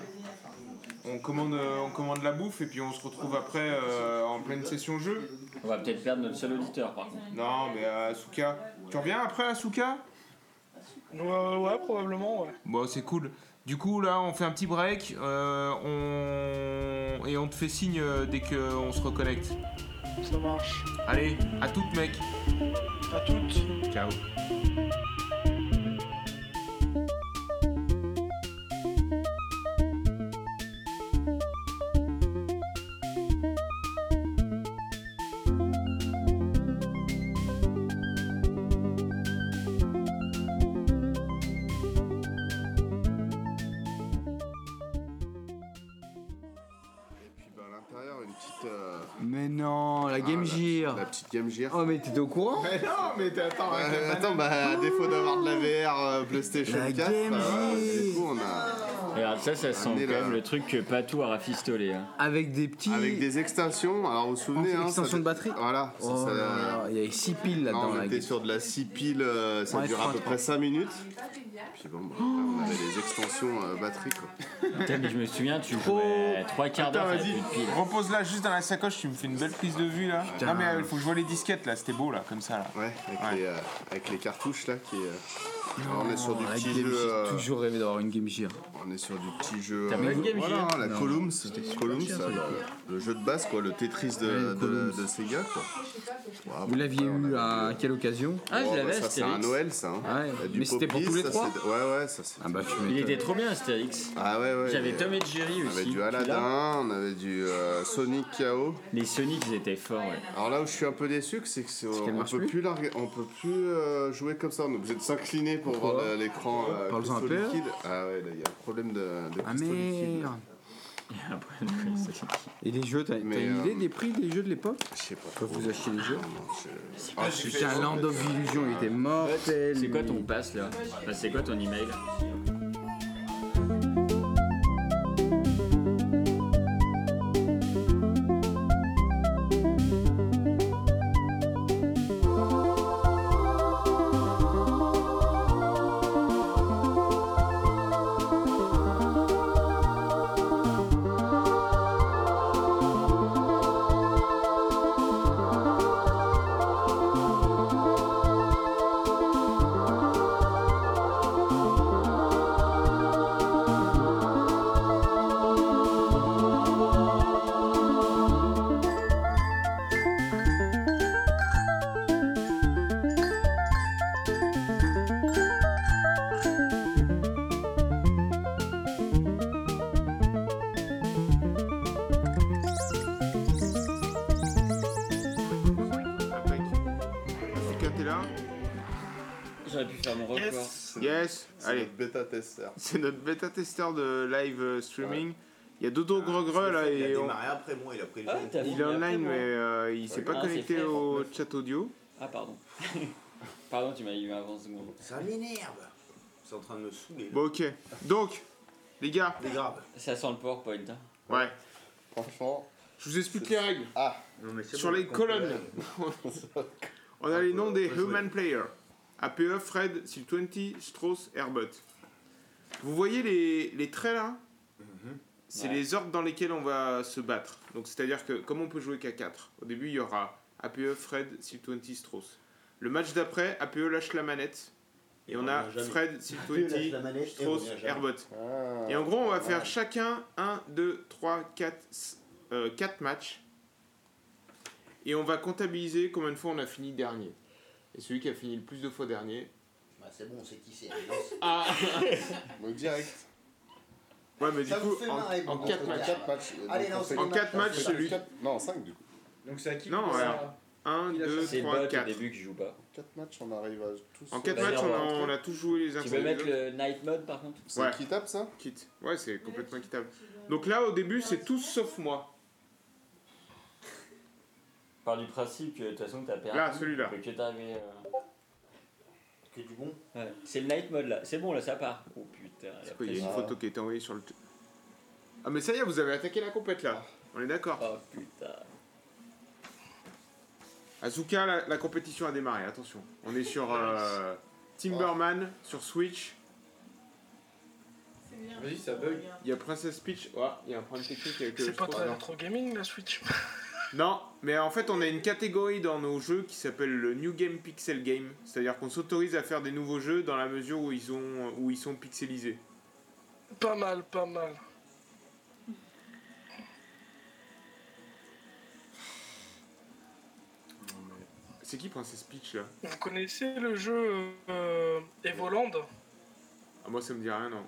on commande, euh, on commande la bouffe et puis on se retrouve après euh, en pleine session jeu. On va peut-être perdre notre seul auditeur par contre. Non, mais euh, Asuka. Tu reviens après, Asuka Ouais, ouais, probablement, ouais. Bon, c'est cool. Du coup, là, on fait un petit break euh, on... et on te fait signe euh, dès qu'on se reconnecte. Ça marche. Allez, à toute, mec. À toutes. Ciao. Et puis bah, à l'intérieur, une petite. euh, Mais non, la Game ah, Gear. La, la petite Game Gear. Oh, mais t'étais au courant Mais Eh non, mais t'es- attends, Euh, avec la banane. attends, bah, à défaut d'avoir de la VR euh, PlayStation La 4, Game euh, Gear. du coup, on a. Et Alors ça, ça sent Amenez quand la- même le truc que Patou a rafistolé. hein. Avec des petits. Avec des extensions, alors vous vous souvenez. Extension hein, ça- de batterie Voilà, ça- Oh là ça- là, il y avait 6 piles Non, là-dedans. on la était Game. sur de la 6 piles, euh, ça Ouais, dure à peu 33. près 5 minutes. Pas du bien. Puis bon, bah, on avait des extensions euh, batterie quoi. Putain, mais je me souviens, tu jouais trois quarts d'heure, Attends, t'avais vas-y, plus de pile. repose-la juste dans la sacoche, tu me fais une belle prise de vue là. Putain. Non, mais il faut que je vois les disquettes là, c'était beau là, comme ça là. Ouais, avec, Ouais. Les, euh, avec les cartouches là qui. euh, alors on est sur du La petit Game jeu. Gear, euh, toujours rêvé d'avoir une Game hein. Gear. On est sur du petit jeu. T'as pas une Game voilà, Gear hein, la Non. Columns, Columns, euh, le jeu de base quoi, le Tetris de, Ouais, Columns. de, de Sega quoi. Vous l'aviez eu à à quelle occasion Ah, je l'avais, Oh, bah, Ça c'est un Astérix. Noël ça. hein. Ah Ouais, Il y a du mais c'était pour Popis, tous les ça, trois c'est- Ouais ouais, ça c'est. Ah bah tu Il m'étonnes. était trop bien, Astérix. Ah ouais ouais. J'avais et- Tom et Jerry On avait aussi. du Tu l'as Aladdin, on avait du euh, Sonic KO. Les Sonic, ils étaient forts, ouais. Alors là où je suis un peu déçu, c'est que c'est- qu'elle on, marche peut plus plus larguer- on peut plus euh, jouer comme ça. On est obligé de s'incliner pour voir le- l'écran euh, Parle-en un cristaux peu. liquide. Ah ouais, là, il y a un problème de, de Ah cristaux liquides. merde Et les jeux, t'as t'as Mais, une euh, idée des prix des jeux de l'époque Je sais pas. Ah, Quand vous achetez les jeux Vraiment, je- Ah putain, Land of Illusion, il était mortel C'est quoi lui. ton passe là Enfin, C'est quoi ton email Impec. Asuka, t'es là J'aurais pu faire mon record. Yes. Yes C'est Allez, notre bêta tester. c'est notre bêta-testeur de live euh, streaming. Il y a Dodo Gregre là Il a et on- démarré après moi, il a pris le Ah, jeu. t'as il est online mais euh, il s'est Ouais. pas Ah, c'est connecté fait. au chat audio. Ah, pardon. pardon, tu m'as eu avant 20 secondes. Ça m'énerve. C'est en train de me saouler. là. Bon, ok. Donc, les gars, C'est grave. Ça sent le PowerPoint. hein. ouais. Franchement, Je vous explique les règles. Ah. Sur les colonnes, on a les noms des human players. APE, Fred, Sil20, Strauss, Herbert. Vous voyez les, les traits là C'est Ouais. les ordres dans lesquels on va se battre. Donc c'est-à-dire que comme on peut jouer qu'à 4, au début il y aura APE, Fred, Sil20, Strauss. Le match d'après, APE lâche la manette. Et, on, a revient jamais. Fred, Lâche Sil20, la manette, et on Strauss, revient jamais. Herbert. ah, Et en gros, on va faire chacun 1, 2, 3, 4, 4 euh, matchs. Et on va comptabiliser combien de fois on a fini dernier. Et celui qui a fini le plus de fois dernier. Bah, c'est bon, on sait qui c'est. Ah donc direct. Ouais, mais du Ça vous coup, fait marrer, en, en vous, 4 vous matchs. faites Quatre matchs. Allez, Donc, on lancez fait- les En 4 matchs, matchs, celui. Quatre- Non, 5 du coup. Donc c'est à qui Non, que ça- 1, 2, C'est le bot 3, au 4. début qui joue pas. 4 matchs, on arrive à tous. euh, En 4 Bah, matchs, on a, on on a tous joué les uns contre Tu veux les mettre autres. le night mode par contre C'est Ouais. qui tape ça Quitte. Ouais, c'est complètement équitable. Donc là, au début, c'est tous sauf moi. Par du principe que de toute façon t'as perdu. Là, celui-là. Que t'avais. euh, Que du bon. Ouais. C'est le night mode là. C'est bon là, ça part. Oh putain. la Il y a pression. une photo qui a été envoyée sur le. Ah, mais ça y est, vous avez attaqué la compète là. On est d'accord. Oh putain. Azuka, la, la compétition a démarré, attention. On est sur euh, Timberman, sur Switch, Vas-y, ça bug. Il y a Princess Peach. Ouais, il y a un problème technique avec le C'est pas score. très Non. rétro gaming la Switch. Non, mais en fait, on a une catégorie dans nos jeux qui s'appelle le New Game Pixel Game. C'est-à-dire qu'on s'autorise à faire des nouveaux jeux dans la mesure où ils, ont, où ils sont pixelisés. Pas mal, pas mal. C'est qui Princess Peach là Vous connaissez le jeu euh, Evoland ah, Moi, ça me dit rien, non.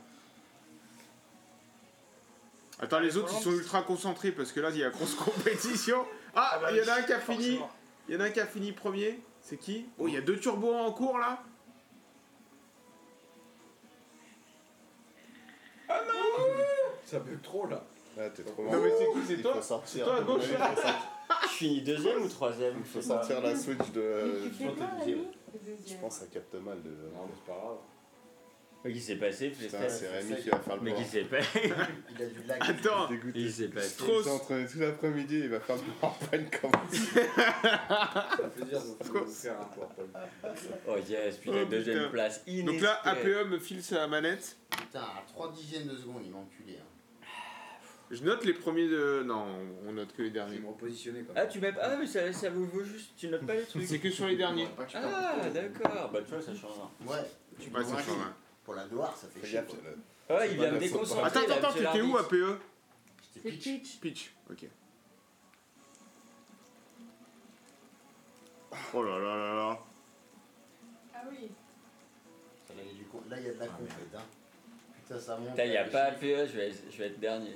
Attends, les autres, ils sont ultra concentrés parce que là, il y a grosse compétition. Ah, bah il y en oui, a un qui a fini. forcément. Il y en a un qui a fini premier. C'est qui Oh, il y a deux turbos en cours là Ça bug trop là. Ah, t'es trop Non, mais c'est qui C'est Il toi faut sortir. toi à gauche, là. Ah, Je finis deuxième ou troisième Il faut sortir la Switch de. Euh, Tu fais quoi, t'es l'ami deuxième. Je pense que ça capte mal de. Mais qui s'est passé Putain, Flestas c'est Rémi qui va faire le Mais qui bourrin. s'est passé Il a du Ah, lag. Attends, Dégoûté. Il s'est passé. Strauss. Il s'est entraîné tout l'après-midi, il va faire le PowerPoint comme Oh yes, puis Oh, la deuxième putain. place. donc là, inespérée. APE me file sa manette. Putain, à 3 dixièmes de seconde, il m'a enculé. Hein. Je note les premiers de. Non, on note que les derniers. repositionner quand Ah, tu m'as. Ah, mais ça, ça vous vaut juste. Tu notes pas les trucs. C'est que sur les derniers. Pas que je parle. Ah, d'accord. Bah, tu vois, ça change. rien. Ouais, tu peux Ouais, ça voir, change, hein. Pour la Noire, ça fait chier. quoi. Ah, il vient pas me de faute. déconcentrer. Attends, là, attends, attends, monsieur t'étais où l'arbitre. APE J'étais C'est pitch. Peach. Pitch, ok. Oh là là là là. Ah oui. Ça m'a mis du con- Là, il y a Ah, de la compète. Hein. Putain, ça monte. Putain, il n'y a là, pas les- APE, je vais, je vais être dernier.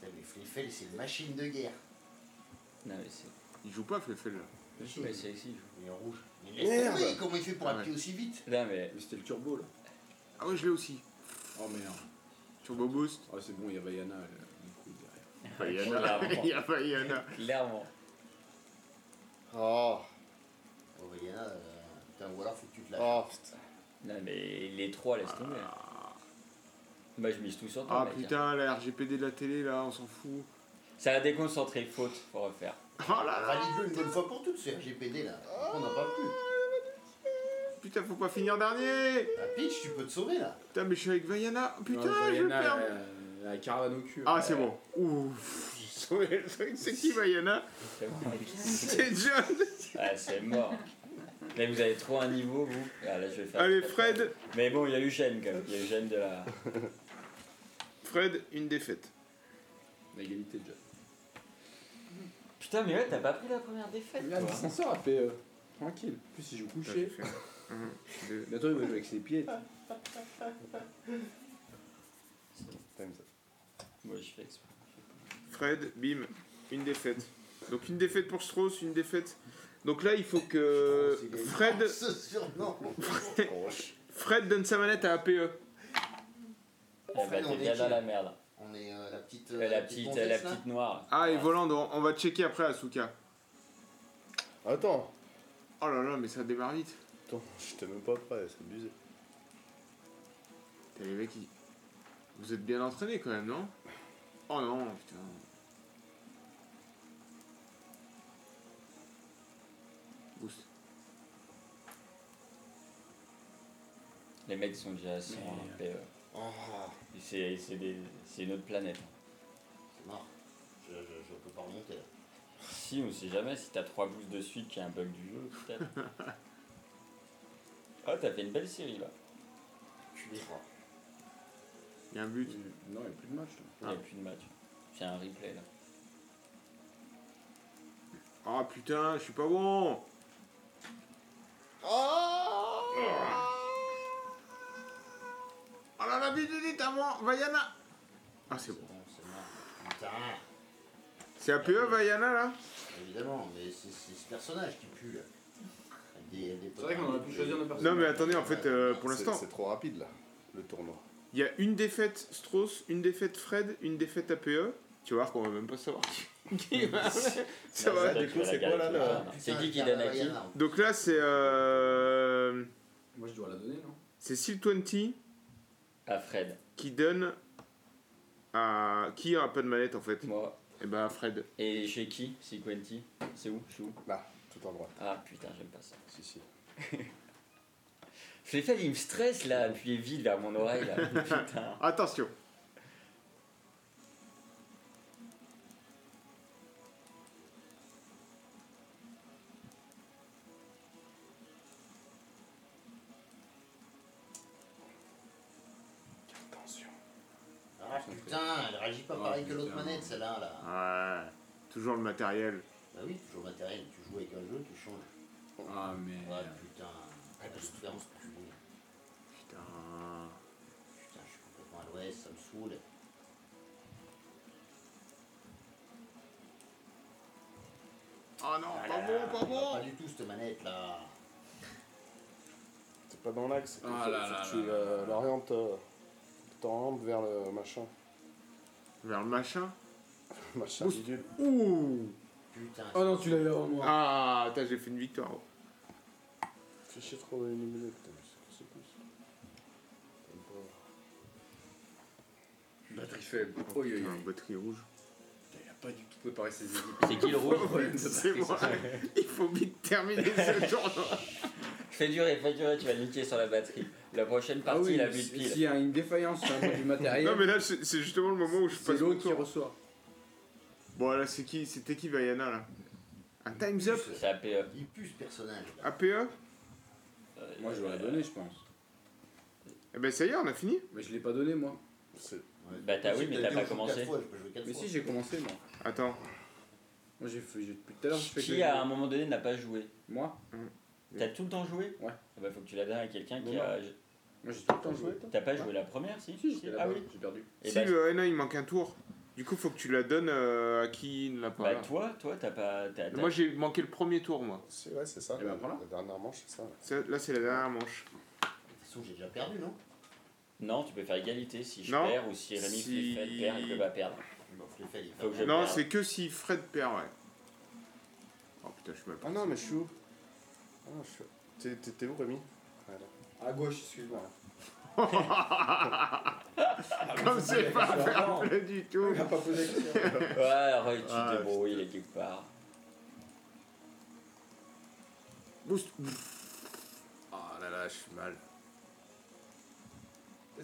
Putain, mais Fliffel, c'est une machine de guerre. Non, mais c'est. Il joue pas Fleffel là. Machine. Mais c'est ici. Il est en rouge. Mais laisse tomber, comment il fait pour Ah ouais. appuyer aussi vite Non, mais. Mais c'était le turbo là. Ah ouais, je l'ai aussi. Oh merde. Turbo Boost. Ah c'est bon, il y avait Yana là, du coup, derrière. Pas Yana. Clairement. Il y a pas Yana. Clairement. Oh, Oh, il y en a. euh, Putain, ou alors faut que tu te lâches. oh putain. Non, mais les trois, laisse tomber. Bah, je mise tout Oh, sur toi, Ah mec. hein. putain, la RGPD de la télé là, on s'en fout. Ça a déconcentré, faute, faut refaire. Oh là là Ah, Valide-le une bonne fois pour toutes, ce RGPD là. On n'en parle plus. Putain, faut pas finir dernier La pitch, tu peux te sauver là. Putain, mais je suis avec Vaiana. Putain, Ouais, je Yana, perds. elle- elle a caravane au cul. Ah, c'est bon. Ouf. J'ai sauvé le truc. C'est qui Vaiana C'est bon. C'est John. Ah, c'est mort. Mais vous avez trop un niveau, vous. Ah, là, je vais faire Allez, Fred. Mais bon, il y a eu Eugène, quand même. Il y a Eugène de la. Fred, une défaite. L'égalité déjà. Putain, mais ouais, t'as pas pris la première défaite, Là, toi. il s'en sort à euh, PE. Tranquille. En plus, il joue couché. Bientôt, il va jouer avec ses pieds. Moi, je fais exprès. Fred, bim, une défaite. Donc une défaite pour Strauss, une défaite. Donc là, il faut Euh, que Fred, Oh, Ce surnom. Oh, Fred donne sa manette à E. APE. Ah, bah, Fred, on t'es est bien qui dans la merde. On est euh, la petite. euh, Euh, La petite, gonzesse, la là petite noire. Ah, et Voland, on, on va checker après Asuka. Attends, Oh là là, mais ça démarre vite. attends, j'étais même pas prêt, c'est abusé. T'as les mecs qui... Vous êtes bien entraînés quand même, non Oh non, putain. Boost. Les mecs sont déjà à 100 en euh, PE. Oh, Et euh, C'est c'est des- c'est une autre planète. C'est mort. Je, je, je peux pas remonter là. Si, on sait jamais si t'as 3 boosts de suite qui est un bug du jeu, peut-être. Ah, t'as fait une belle série là. Tu les crois. Il y a un but. Non, il n'y a plus de match. là. Il n'y a Ah. plus de match. C'est un replay là. Ah putain, je suis pas bon. Ah Oh là là, vite, vite, vite, avant, Vaiana. Ah c'est bon. Bon, c'est mort. Putain. C'est APE Vaiana là Évidemment, mais c'est c'est ce personnage qui pue là. Avec des- des C'est vrai qu'on aurait pu choisir nos personnages. Non mais attendez, en fait, euh, pour C'est- l'instant, C'est trop rapide là, le tournoi. il y a une défaite Strauss, une défaite Fred, une défaite E. APE. Tu vas voir qu'on va même pas savoir qui- qui va. Ça Non, va. toi, du tu coup, vas la c'est quoi, là, garder, Ah, toi. putain, C'est qui qui la donne à qui Diana. Donc là, c'est. Euh, Moi, je dois la donner, non c'est Seal20 À Ah, Fred. qui donne à. Qui a pas de manette en fait Moi. Et ben Fred. Et chez qui C'est Quenty C'est où Je suis où Là, tout en droit. Ah putain, j'aime pas ça. Si, si. Fleffel, il me stresse là, appuyez vite vers mon oreille là. Putain. Attention Ah, Putain, elle réagit Oh, pas pareil que l'autre manette, celle-là, là. Ouais, toujours le matériel. Bah oui, toujours matériel. Tu joues avec un jeu, tu changes. Ah, mais. euh, Ah putain. Ah, parce que on se couche mouillé. Putain. Putain, je suis complètement à l'ouest, ça me saoule. Oh non, Ah pas là bon, là, pas bon Pas du tout cette manette là. C'est pas dans l'axe. Ah faut- là faut là que tu là euh, l'orientes. euh, T'orientes vers le machin. Vers le machin Machin bidule. Ouh Putain. Oh non, tu l'as eu avant moi. Ah, putain, j'ai fait une victoire. Fais chier trop dans les numéros, putain. mais c'est quoi ce coup, ça T'aimes pas. Batterie faible. Oh, yo, yo. Putain, batterie rouge. Il a pas du tout préparé ses équipes. C'est qui le rouge C'est moi. Il faut vite terminer ce tournoi. Fais durer, fais durer, tu vas niquer sur la batterie. La prochaine Ah partie, il a vu de si- pile. s'il y a une défaillance sur un bout du matériel, Non, mais là, c'est c'est justement le moment où je c'est passe mon l'autre qui tour. reçoit. Bon, là, c'est qui C'était qui, Vaiana, là Un Time's Up C'est APE. Euh, Il pue ce personnage là. APE Moi, je Euh, l'aurais donné, je pense. Eh ben, ça y est, on a fini. Mais je l'ai pas donné, moi. C'est- Ouais. Bah, t'as Moi, oui, si mais je t'as dit, pas on joue commencé. quatre fois, je peux jouer quatre Mais si, fois. j'ai commencé, moi. Attends. Moi, j'ai fait. j'ai- Depuis tout à l'heure, je fais que. Qui à un moment donné n'a pas joué Moi T'as tout le temps joué Ouais. Ah Bah, faut que tu la donnes à quelqu'un qui Non, a. Moi, j'ai tout le temps joué. toi T'as pas joué la première, si Si, j'étais Ah là-bas, oui. j'ai perdu. Et si, bah, euh, non, il manque un tour. Du coup, faut que tu la donnes euh, à qui ne l'a pas. bah, là. toi, toi, t'as pas. t'as- t'as- Moi, j'ai manqué le premier tour, moi. c'est- Ouais, c'est ça. Eh ben, la- voilà. La dernière manche, c'est ça. ouais. Ça, Là, c'est la dernière manche. De toute façon, j'ai déjà perdu, non Non, tu peux faire égalité si je Non. perds ou si Rémi Si- fait perd, il peut pas perdre. Bon, je l'ai fait, il Faut que je Non, perde. c'est que si Fred perd, ouais. Oh putain, je suis mal. Ah non, mais je suis où Ah, je suis- T'es- t'es- T'es où, Rémi Voilà. À gauche, excuse-moi. Comme Ah, c'est pas fair play du Ah, tout. Il a pas posé la question. Ouais, Roy, tu Ah, te débrouilles, il est quelque part. Boost. Ah là là, je suis mal.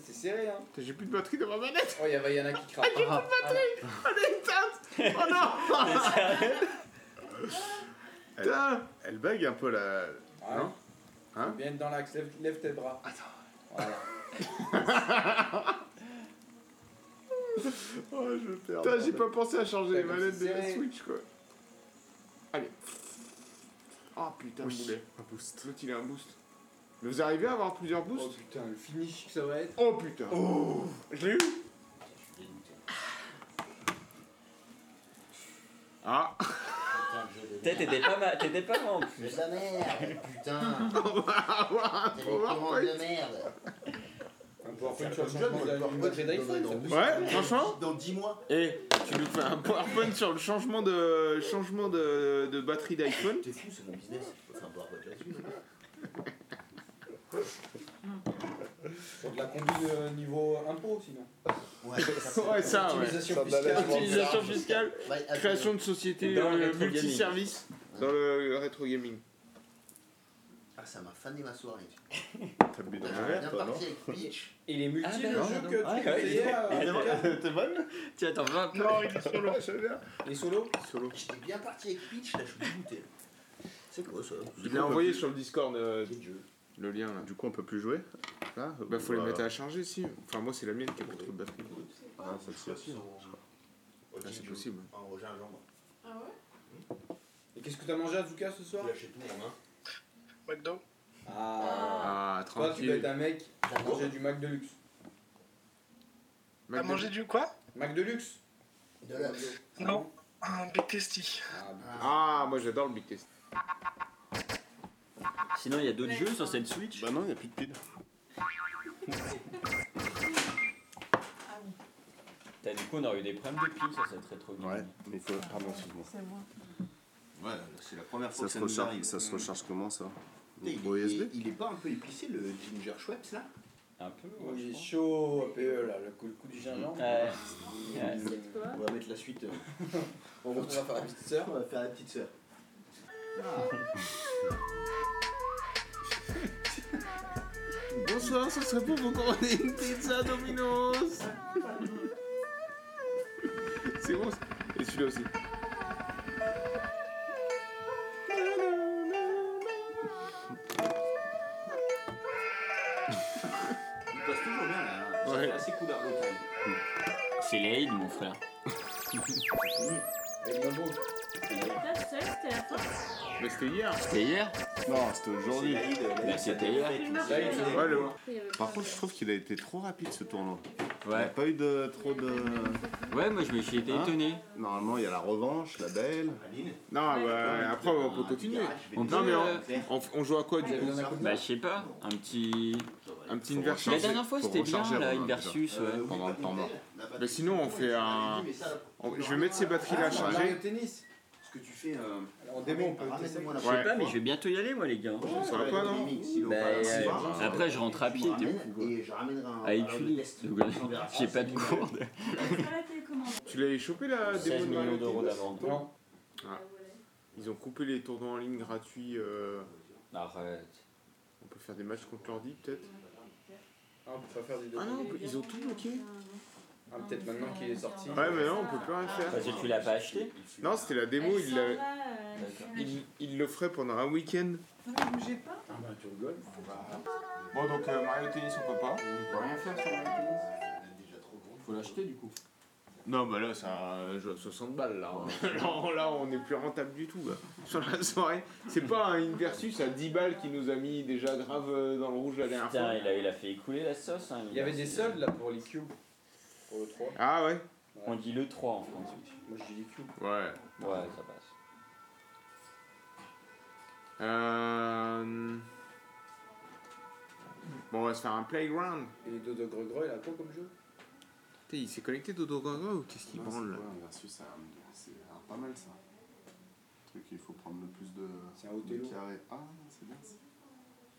C'est serré, hein. Putain, J'ai plus de batterie dans ma manette. Oh, il y avait Yana qui craque. Allez, tape. Oh non. Putain Elle bug un peu la. Hein Hein Viens dans l'axe, lève, lève tes bras. Attends. Voilà. Oh, je perds. Putain, j'ai pas pensé à changer les Putain, comme manettes de c'est la serré. Switch quoi. Allez. Oh putain, le boulet. Un boost. L'autre il a un boost. Mais vous arrivez à avoir plusieurs Oh boosts putain, le finish que ça va être. Oh putain. Je l'ai eu. suis dégoûté. Ah. Putain, le jeu de T'es- merde. T'étais pas mal, t'étais pas mal. Je suis de la merde, putain. T'es des commandes PowerPoint. de merde. Un C'est PowerPoint, un tu vas jeu, moi, changer de- PowerPoint, une batterie je d'iPhone. donnerai ça dans peut- dix- Ouais, franchement. Dans 10 mois. Et Eh, tu nous fais un PowerPoint sur le changement de changement de, de batterie d'iPhone. T'es fou, c'est mon business. Tu peux faire un PowerPoint là-dessus. Faut de la conduite euh, niveau impôt, sinon. Ouais, Ouais, ça, Ah ouais. Utilisation Ça de la fiscale. lèche, moi. Utilisation fiscale, Ouais, ah, attends. création de société Dans le euh, rétro multiservice dans le rétro gaming. Ah, ça m'a fané ma soirée. T'as bu dans Putain, un j'aurais verre, Bah, bien toi, non parti avec Peach. Il est multi, Ah, le d'accord, jeu d'accord. que tu Ouais, ouais, conseillais. Et euh, demain, T'es bonne Tiens, attends, 20 Non, il est sur le. Les solos Solo. J'étais bien parti avec Peach, là, je suis dégoûté. C'est quoi ça Il l'a envoyé sur le Discord euh, le lien là. Du coup, on peut plus jouer Là Bah faut ou, les euh, mettre à charger si. Enfin moi c'est la mienne qui a pas trop de batterie. Ah, ça se aussi. Ah, Là c'est possible. En rejet un jambe. Ah ouais Et qu'est-ce que t'as mangé à Zouka ce soir Tu lâches tout hein. en main. McDo. Ah. Ah Toi, tu dois être tranquille. un mec qui mangeait du Mac de luxe. T'as Mac mangé du quoi Mac de luxe De la Non. Un Big Tasty. Ah, bon. Ah moi j'adore le Big Test. Sinon, il y a d'autres jeux sur cette Switch. Bah non, y a plus de pile. Ah oui, T'as du coup, on aurait eu des problèmes de pile sur cette rétro game. Ouais, mais faut. Pardon, excuse-moi. c'est moi. Ouais, c'est la première Ça se recharge, ça Mmh. se recharge comment ça Micro il, USB est, il est pas un peu épicé le ginger Schweppes là Un peu, ouais, Oui, je il est pense. chaud, APE, là, le coup, le coup du gingembre. Ouais. Ouais. Euh, C'est toi On va mettre la suite. euh, On retourne faire la petite sœur. on va faire la petite sœur. Bonsoir, ça serait pour vous commander une pizza Domino's. c'est bon. ça Et celui-là aussi. Il passe toujours bien là. Ouais. C'est assez cool à l'automne. C'est les Aides, mon frère. Là, c'est c'était la fin. Mais Bah, c'était hier. C'était hier Non, c'était aujourd'hui. Bah, c'était hier. Ouais, le- Il y avait Par pas contre, je trouve qu'il a été trop rapide ce tournoi. Il n'y a Ouais. pas eu de trop de. Ouais, moi je me suis été Hein étonné. Normalement, il y a la revanche, la belle. Non, bah, après, on peut continuer. Ah, On Non, peut, mais euh, on, on- on joue à quoi du coup Bah, je sais pas, un petit. Un petit Faut inversion La Changer, dernière fois faut c'était bien, recharger là, avant, une déjà. versus. ouais. Pendant le temps mort. Euh, Bah, sinon, on fait un. on- je vais mettre ces batteries-là à Mario charger. tennis. Ce que tu fais. euh, En Ah, démo, on peut tester. Je sais pas, mais je vais bientôt y aller, moi, les gars. Ça va pas, hein. non Bah, euh, après, je rentre à pied, t'es fou, quoi. Et je ramènerai un. À alors, le Écully. test. Donc, On verra. J'ai pas de cours. de- de- pas la télécommande. Tu l'avais chopé la démo 16 de millions Mario d'euros Tennis d'avant. Ah. Ils ont coupé les tournois en ligne gratuits. euh, Arrête. on peut faire des matchs contre l'ordi peut-être Ah, on peut pas faire des deux. Ah non, ils ont tout bloqué Ah, peut-être maintenant qu'il est sorti. Ouais, mais non, on peut plus rien faire. Parce que tu l'as pas acheté Non, c'était la démo, Ah, Elle ils s'en l'avaient- va, euh, D'accord. elle- ils- ils l'offraient pendant un week-end. Non, ne bougez pas. Ah, bah, tu rigoles. Bon, donc euh, Mario Tennis, on peut pas On peut rien faire sur Mario tennis. Faut l'acheter du coup. Non, bah là, c'est un jeu à 60 balles, là. hein. là, là, on est plus rentable du tout, là. Sur la soirée, c'est pas un Inversus à 10 balles qui nous a mis déjà grave euh, dans le rouge la dernière fois. Putain, il a, il a fait écouler la sauce. hein, Il y avait des soldes là pour les cubes. Pour le 3. Ah ouais On dit le 3 en France. Moi je dis les cubes. Ouais. Ouais, ça passe. Euh... Bon, on va se faire un playground. Et les deux de Gregor, il a quoi comme jeu Putain, il s'est connecté Dodo Gringo ou qu'est-ce qu'il branle, là Versus, c'est un- c'est un- pas mal ça. Le truc, il faut prendre le plus de. C'est un Othello. de carrés. Ah, c'est bien ça.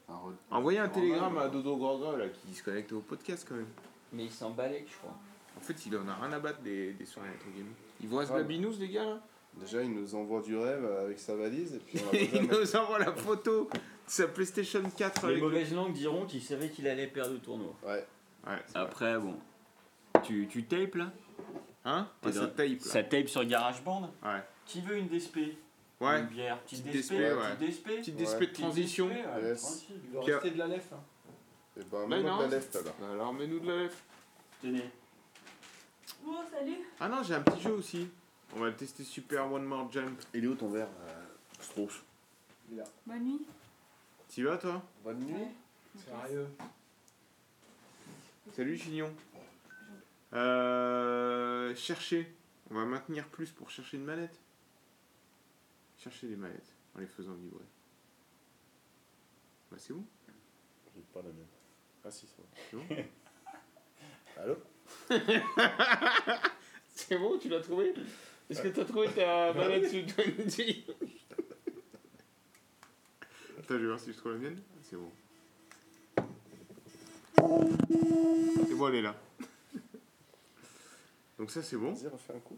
Un re- Envoyez un Normal, hein. télégramme ouais. à Dodo Gringo, là, qui se connecte au podcast, quand même. Mais il s'en balèque, je crois. En fait, il en a rien à battre des, des soirées, entre guillemets. Ils vont à ce Ouais. Babinous, les gars, là Déjà, il nous envoie du rêve avec sa valise et puis on la voit Il jamais. nous envoie la photo de sa PlayStation 4 Les avec le- mauvaises langues diront qu'il savait qu'il allait perdre le tournoi. Ouais. Ouais, Après, bon. Tu, tu tapes là hein T'es ouais, ça dans- tape là. Ça tape sur GarageBand Ouais. Qui veut une DSP Ouais, Une bière Petite Petite DSP DSP, ouais. Petite DSP petite Ouais. espèce de transition. Petite DSP, ouais, Yes. tranquille. Il doit Pierre. rester de la lef. Hein. Et ben, Mais même non. de la left alors. Bah, Alors, mets-nous de la lèvre. Tenez. Bon, Oh, salut. Ah non, j'ai un petit jeu aussi. On va le tester Super One More Jump. Il est où ton verre Bonne nuit. T'y vas, toi Bonne nuit. Sérieux. Salut, Chignon. Euh. Chercher. On va maintenir plus pour chercher une manette. Chercher des manettes en les faisant vibrer. Bah, c'est bon. J'ai pas la mienne. Ah si, c'est C'est bon Allô C'est bon, tu l'as trouvé Est-ce que t'as trouvé Bah ta manette sur Twenty Attends, je vais voir si je trouve la mienne. C'est bon. C'est bon, elle est là. Donc ça, c'est bon. Vas-y, refais un coup.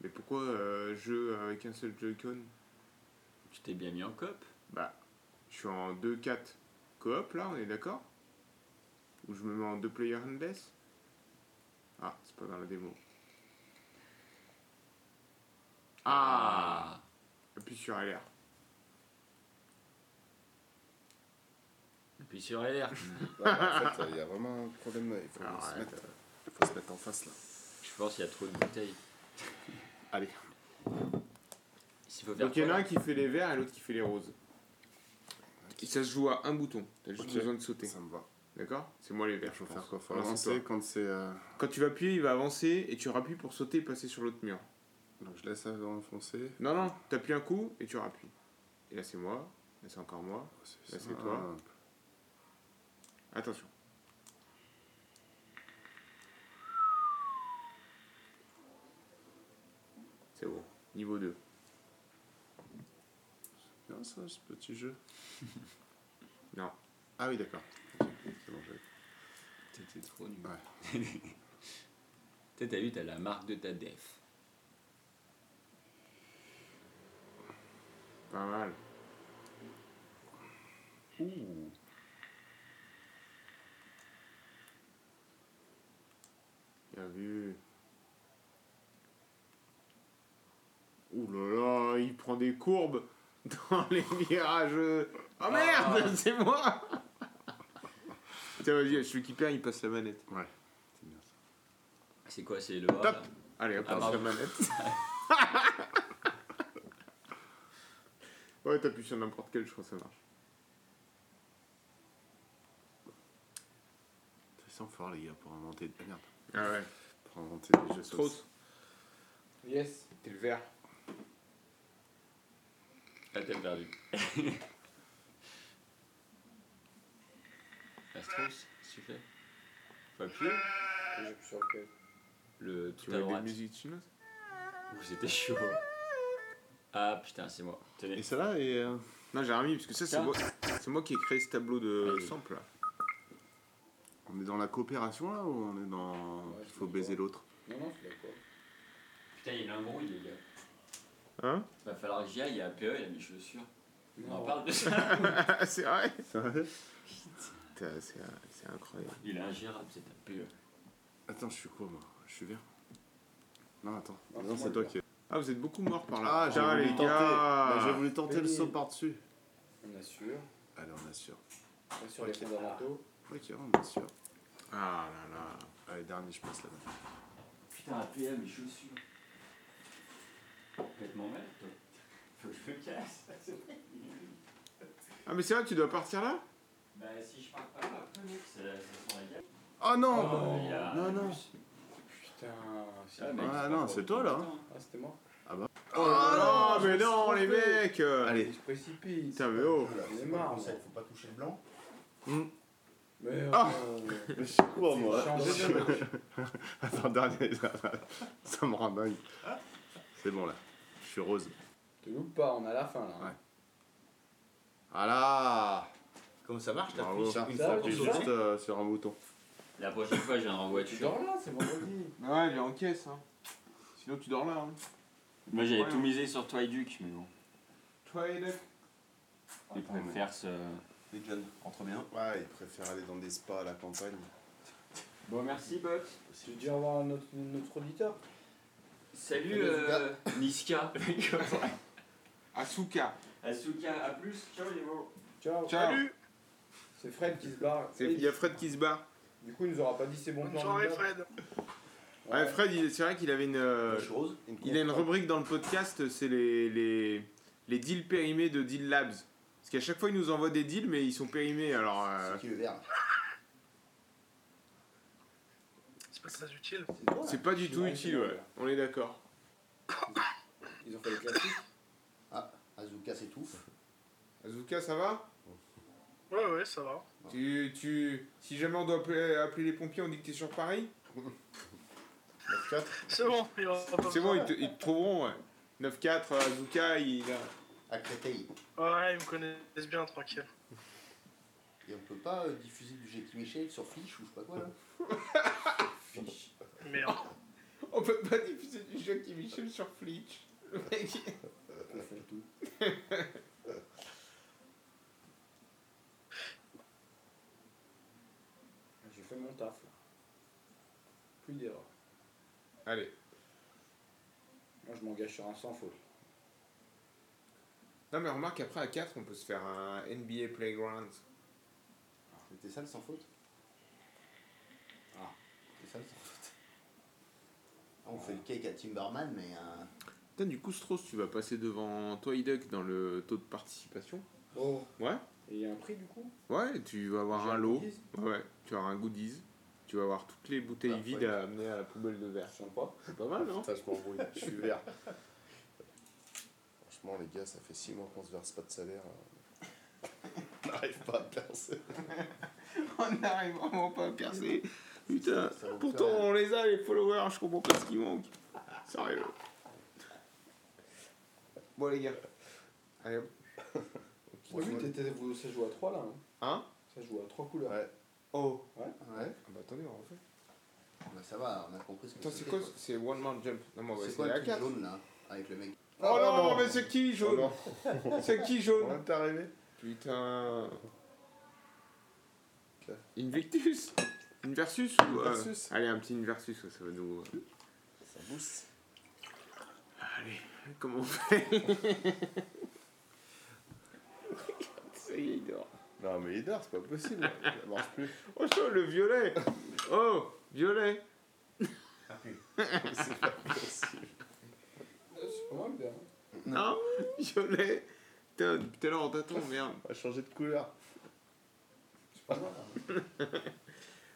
Mais pourquoi euh, jeu avec un seul Joy-Con Tu t'es bien mis en cop Bah, je suis en 2-4 coop, là, on est d'accord Ou je me mets en 2 player handless Ah, c'est pas dans la démo. Ah Appuie sur LR. Puis sur LR. Ouais, bah, en fait, il y a vraiment un problème. là. Il faut, Alors, se Ah ouais, mettre, il faut se mettre en face là. Je pense qu'il y a trop de bouteilles. Allez. S'il faut faire Donc il y en a quoi, un là qui fait les verts et l'autre qui fait les roses. Et ça se joue à un bouton. T'as juste Ok. besoin de sauter. Ça me va. D'accord C'est moi les verts. Faut je faire pense. quoi Faut Ouais, c'est avancer toi. quand c'est. euh, Quand tu vas appuyer, il va avancer et tu rappuies pour sauter et passer sur l'autre mur. Donc je laisse enfoncer. Non, non, t'appuies un coup et tu rappuies. Et là c'est moi. Là c'est encore moi. Là, c'est toi. Ah. Attention. C'est bon. Niveau 2. Bien ça, ce petit jeu. Non. Ah oui, d'accord. Ok, C'est bon, j'ai- T'étais trop nul. Ouais. T'as t'as vu, t'as la marque de ta def. Pas mal. Bien vu. Ouh là là, il prend des courbes dans les virages. Oh merde, c'est moi Tiens, vas-y, celui qui perd, il passe la manette. C'est bien ça. C'est quoi C'est le A Top. là Allez, hop, Ah, on bravo. la manette. ouais, t'appuies sur n'importe quel, je crois que ça marche. C'est sans fort, les gars, pour inventer. Ah, Merde. Ah ouais. Pour inventer des jeux Strauss, Yes. t'es le vert. Ah, t'as perdu. La Strauss, tu fais Pas plus J'appuie sur lequel Le Tu tout à veux des droite. musiques chinoises Ouh, c'était chaud. Ah putain, c'est moi. Tenez. Et celle-là, et. euh, Non, j'ai rien mis, parce que ça, c'est Ça moi, c'est moi qui ai créé ce tableau de Allez. sample. là. On est dans la coopération là ou on est dans. Ouais, Il je faut sais baiser pas. l'autre Non, non, c'est d'accord. Putain, il y a l'embrouille, les gars. Hein Va falloir que j'y aille. Il y a APE, il y a mes chaussures. On en Non. parle de ça. Ah, c'est vrai C'est vrai Putain, C'est c'est incroyable. Il est ingérable, cet APE. Attends, je suis quoi moi Je suis vert Non, attends. Non, non, c'est moi, c'est toi le qui. Ah, vous êtes beaucoup morts par là. Ah, j'ai Putain, voulu les tenter. gars Bah, J'ai voulu tenter le Oui. saut par-dessus. On assure. Allez, on assure. On assure les fondamentaux. Ouais, qui rentre, bien sûr. Ah là là. Allez, dernier, je passe là-bas. Putain, E, APE, mes chaussures. Complètement mal, toi. Faut que je me casse. Ah, mais c'est vrai, tu dois partir là Bah, si je parle pas, après, mec, ça ça sent la gueule. Oh non Oh, il y a- Non, non. Putain, c'est Ah, Ah non, c'est toi là. hein. Ah, Ah, c'était moi. Oh non, mais non, me suis les trompé. mecs euh, Allez. Il se précipite. Putain, mais oh J'en ai C'est pas le marre. moi. conseil, faut pas toucher le blanc. Hmm. Mais Ah. euh, Je suis quoi moi Changer de marche. Attends, dernier. Ça me rend dingue. C'est bon là. Je suis rose. Te loupe pas, on a la fin là. Ah là Comment ça marche Bravo. t'appuies T'appuies ça, tu vois juste euh, sur un bouton. La prochaine fois, je viendrai en Tu voiture. dors là, c'est vendredi. Ouais, mais encaisse, hein. Sinon, tu dors là, hein. Moi, j'avais Ouais, tout ouais. misé sur toi et Duc, mais bon. Toi, et Ils préfèrent ce. Les jeunes, entre bien. Ouais, il préfère aller dans des spas à la campagne. Bon, merci, Box. Tu veux dire au revoir à notre, notre auditeur Salut, euh, Niska. Asuka. Asuka, à plus. Ciao, les mots. Ciao. Ciao. C'est Fred qui se barre. C'est- Il y a Fred qui se barre. Du coup, il nous aura pas dit c'est bon Bonne plan. soirée, Linda. Fred. Ouais, Ah, Fred, il- c'est vrai qu'il avait une. euh, Chose. Il a une rubrique dans le podcast, c'est les, les, les deals périmés de Deal Labs. Parce qu'à chaque fois, ils nous envoient des deals, mais ils sont périmés. Alors, euh, C'est qui le vert C'est hein, pas très utile. C'est bon, là. c'est pas du tout Ouais, utile, c'est bon, ouais. là. On est d'accord. Ils ont fait les classiques. Azuka s'étouffe. Azuka, ça va Ouais, ouais, ça va. tu, tu, Si jamais on doit appeler, appeler les pompiers, on dit que t'es sur Paris C'est bon, il y aura pas C'est bon, besoin. ils te, ils te trouveront, ouais. 9-4, euh, Azuka, il a. À Créteil. Ouais, ils me connaissent bien, tranquille. Et on peut pas euh, diffuser du Jackie Michel sur Fiche ou je sais pas quoi là Fiche. Merde. On peut pas diffuser du Jackie Michel sur Flitch. Le mec, Ils font tout. J'ai fait mon taf là. Plus d'erreur. Allez. Moi, je m'engage sur un sans faute. Non, mais remarque, après, à 4, on peut se faire un NBA Playground. C'était ça le sans faute Ah, c'était ça le sans faute. Ah, On fait le cake à Timberman, mais. euh, Putain, du coup, Strauss, tu vas passer devant Toy Duck dans le taux de participation. Oh, Ouais. et il y a un prix du coup Ouais, tu vas avoir J'ai un lot. goodies. Ouais, ouais, tu vas avoir un goodies. Tu vas avoir toutes les bouteilles Ah, vides ouais. à amener à la poubelle de verre. Sympa. C'est pas mal, Ah, non Ça, je m'embrouille. Je suis vert. Franchement, les gars, ça fait 6 mois qu'on se verse pas de salaire. euh, On n'arrive pas à percer. On n'arrive vraiment pas à percer. Putain, Ça vaut pourtant pas. on les a, les followers, je comprends pas ce qui manque. Sérieux. Bon, les gars. Allez, hop. Au vu, t'étais- vous- ça joue à 3 là. hein. Hein Ça joue à 3 couleurs. Ouais. Oh. Ouais. Ah bah attendez, on refait. Bah, ça va, on a compris ce que Attends, c'est quoi C'est One Man Jump. Non, mais on va C'est essayer quoi le la truc 4. Oh jaune là Avec le mec. Ah non, non, mais c'est qui jaune C'est qui jaune On est arrivé Putain. Invictus Inversus ou. euh, Inversus. Allez, un petit Inversus, ça va nous. euh, Ça booste. Allez, comment on fait Ça y est, il dort. Non, mais il dort, c'est pas possible. Ça marche plus. Oh, chaud, le violet Oh, violet Ah, puis C'est pas possible. C'est pas mal, bien. Non, violet. Putain, Tout à l'heure, on t'attend, merde. On va changer de couleur.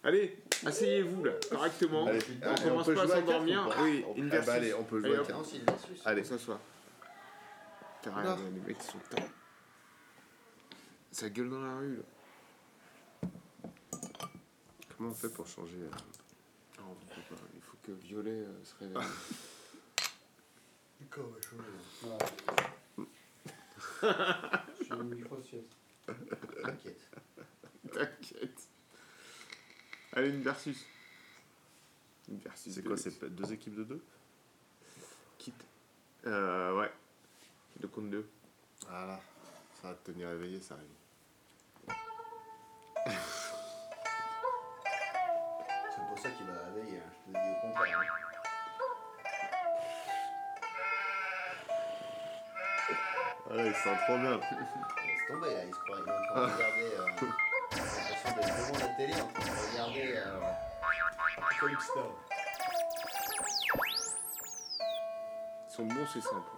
Allez, asseyez-vous là, correctement. Allez, on allez, commence on peut pas à jouer à s'endormir. quatre ou pas Oui, On- une ah bah versus. allez, on peut jouer à hop, quatre. Non, c'est une versus. Allez, Allez, on s'assoit. Putain, Oula. regarde, les mecs ils sont temps. Ça gueule dans la rue là. comment on fait pour changer euh, Ah, on peut pas. Il faut que Violet euh, se réveille. J'ai une micro-sieste. T'inquiète. T'inquiète. Allez, une versus. Une versus. C'est de quoi luxe. C'est deux équipes de deux Quitte. Euh, ouais. Deux contre deux. Ah là, ça va te tenir éveillé, ça arrive. C'est pour ça qu'il m'a réveillé, hein. je te le dis au contraire. hein. Ah là, il sent trop bien. Laisse tomber là, il se croit, il est en train de regarder. Euh, il a l'impression d'être devant la télé en train de regarder. Euh, Calypso. Ils sont bons, c'est simple.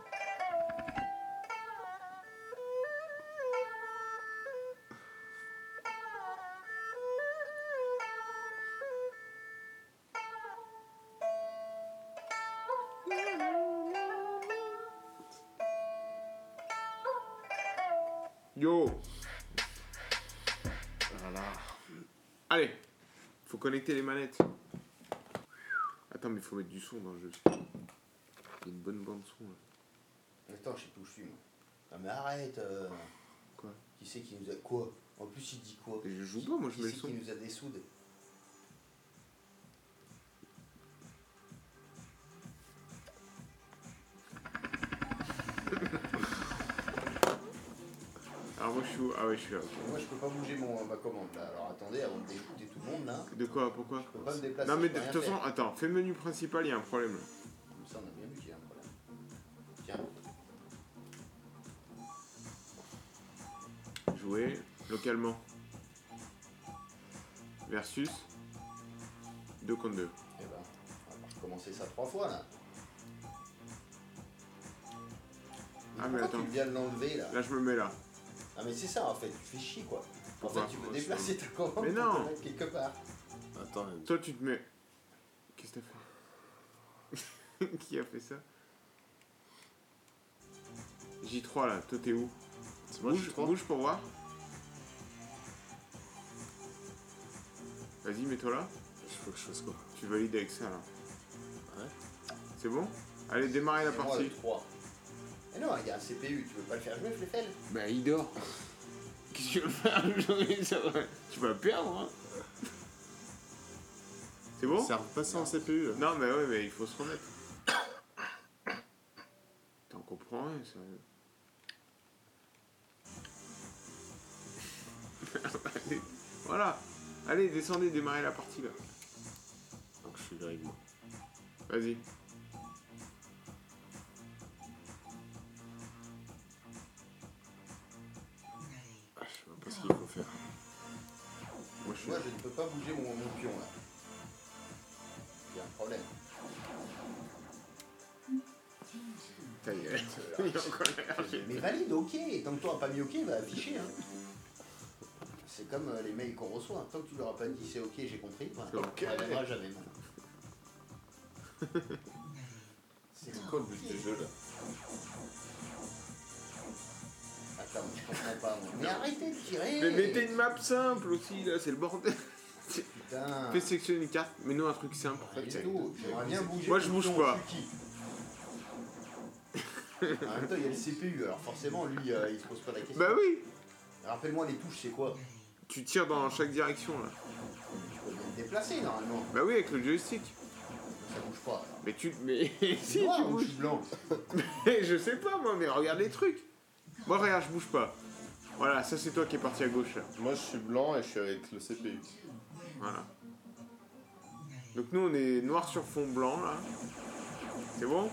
Yo Allez Faut connecter les manettes. Attends, mais faut mettre du son dans le jeu. Il y a une bonne bande son là. Attends, je sais plus où je suis moi. Non mais arrête. euh, Quoi Qui c'est qui nous a. Quoi En plus, il dit quoi Et je joue Qui- pas, moi, je qui mets le c'est son. qui nous a dessoudés Alors moi je suis où Ah ouais, je suis là. Moi, je peux pas bouger mon, ma commande là. Alors attendez, avant de dégoûter tout le monde là. De quoi Pourquoi Je peux pas me déplacer. Non mais je de peux toute rien façon, faire. attends, fais menu principal, il y a un problème là. Comme ça, on a bien vu qu'il y a un problème. Tiens. Jouer localement. Versus 2 contre 2. Eh ben, on va recommencer ça trois fois là. Ah, mais Pourquoi attends. Tu viens de l'enlever là. Là je me mets là. Ah mais c'est ça en fait, tu fais chier quoi. En Pourquoi fait, tu veux Moi, déplacer ta commande Mais pour non. te mettre quelque part. Attends, je- Toi tu te mets. Qu'est-ce que t'as fait Qui a fait ça J3 là, toi t'es où c'est moi, je suis bouge, trop. bouge pour voir. Vas-y, mets-toi là. Il faut que je fasse quoi Tu valides avec ça là. Ouais. C'est bon Allez, démarrer la C'est moi, partie. le 3. Mais non, il y a un CPU, tu veux pas le faire jouer, Fleffel Bah, il dort. Qu'est-ce que tu veux faire aujourd'hui, ça va Tu vas perdre, hein C'est bon Ça repasse en CPU là. Non, mais ouais, mais il faut se remettre. T'en comprends rien, sérieux. Allez, voilà. Allez, descendez, démarrez la partie là. Donc je suis greg moi. Vas-y. Ah, Je sais même pas ce qu'il faut faire. Moi, je suis Moi, je ne peux pas bouger mon, mon pion là. Il y a un problème. ta gueule. Il est en colère. Mais valide, ok. Tant que toi pas mis ok, va afficher. Hein. C'est comme euh, les mails qu'on reçoit. Tant que tu leur as pas dit c'est ok, j'ai compris. Bah, Ok. On verra jamais. maintenant. C'est C'est quoi le but du jeu là Attends, je comprends pas. moi. Mais arrêtez de tirer. Mais mettez une map simple aussi, là, c'est le bordel. Putain. Fais sélectionner une carte, mais non, un truc simple. Pas du tout. J'aimerais bien bouger. Moi, je bouge Putain, pas. je suis qui En même temps, il y a le CPU, alors forcément, lui, euh, il se pose pas la question. Bah oui Rappelle-moi les touches, c'est quoi Tu tires dans chaque direction là. Tu peux bien te déplacer normalement. Bah oui, avec le joystick. Ça bouge pas. alors. Mais tu. Mais Je suis si, tu noir ou je bouges. suis blanc Mais je sais pas moi, mais regarde les trucs. Moi, regarde, je bouge pas. Voilà, ça c'est toi qui est parti à gauche là. Moi je suis blanc et je suis avec le CPU. Voilà. Donc nous, on est noir sur fond blanc là. C'est bon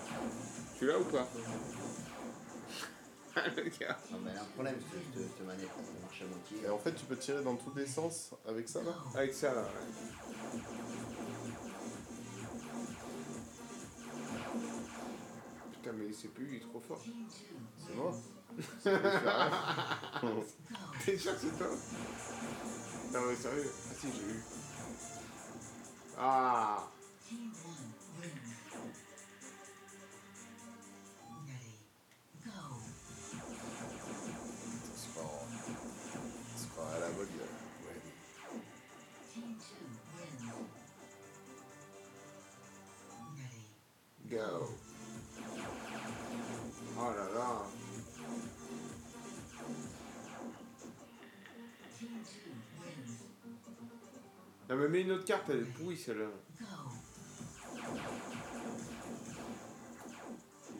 Tu l'as ou pas Ah, le gars. Non, mais elle a un problème, cette, cette, cette manette, ça marche à moitié. Et en fait tu peux tirer dans tous les sens avec ça là Avec ça là. ouais. Putain, mais c'est plus, il est trop fort. C'est moi. T'es sûr que c'est toi Non, mais sérieux Ah, si, j'ai eu. Ah C'est pas en- C'est pas à la mode. euh, il y a- ouais. Go Oh là là Non, mais mets une autre carte, elle est pourrie celle-là. Tu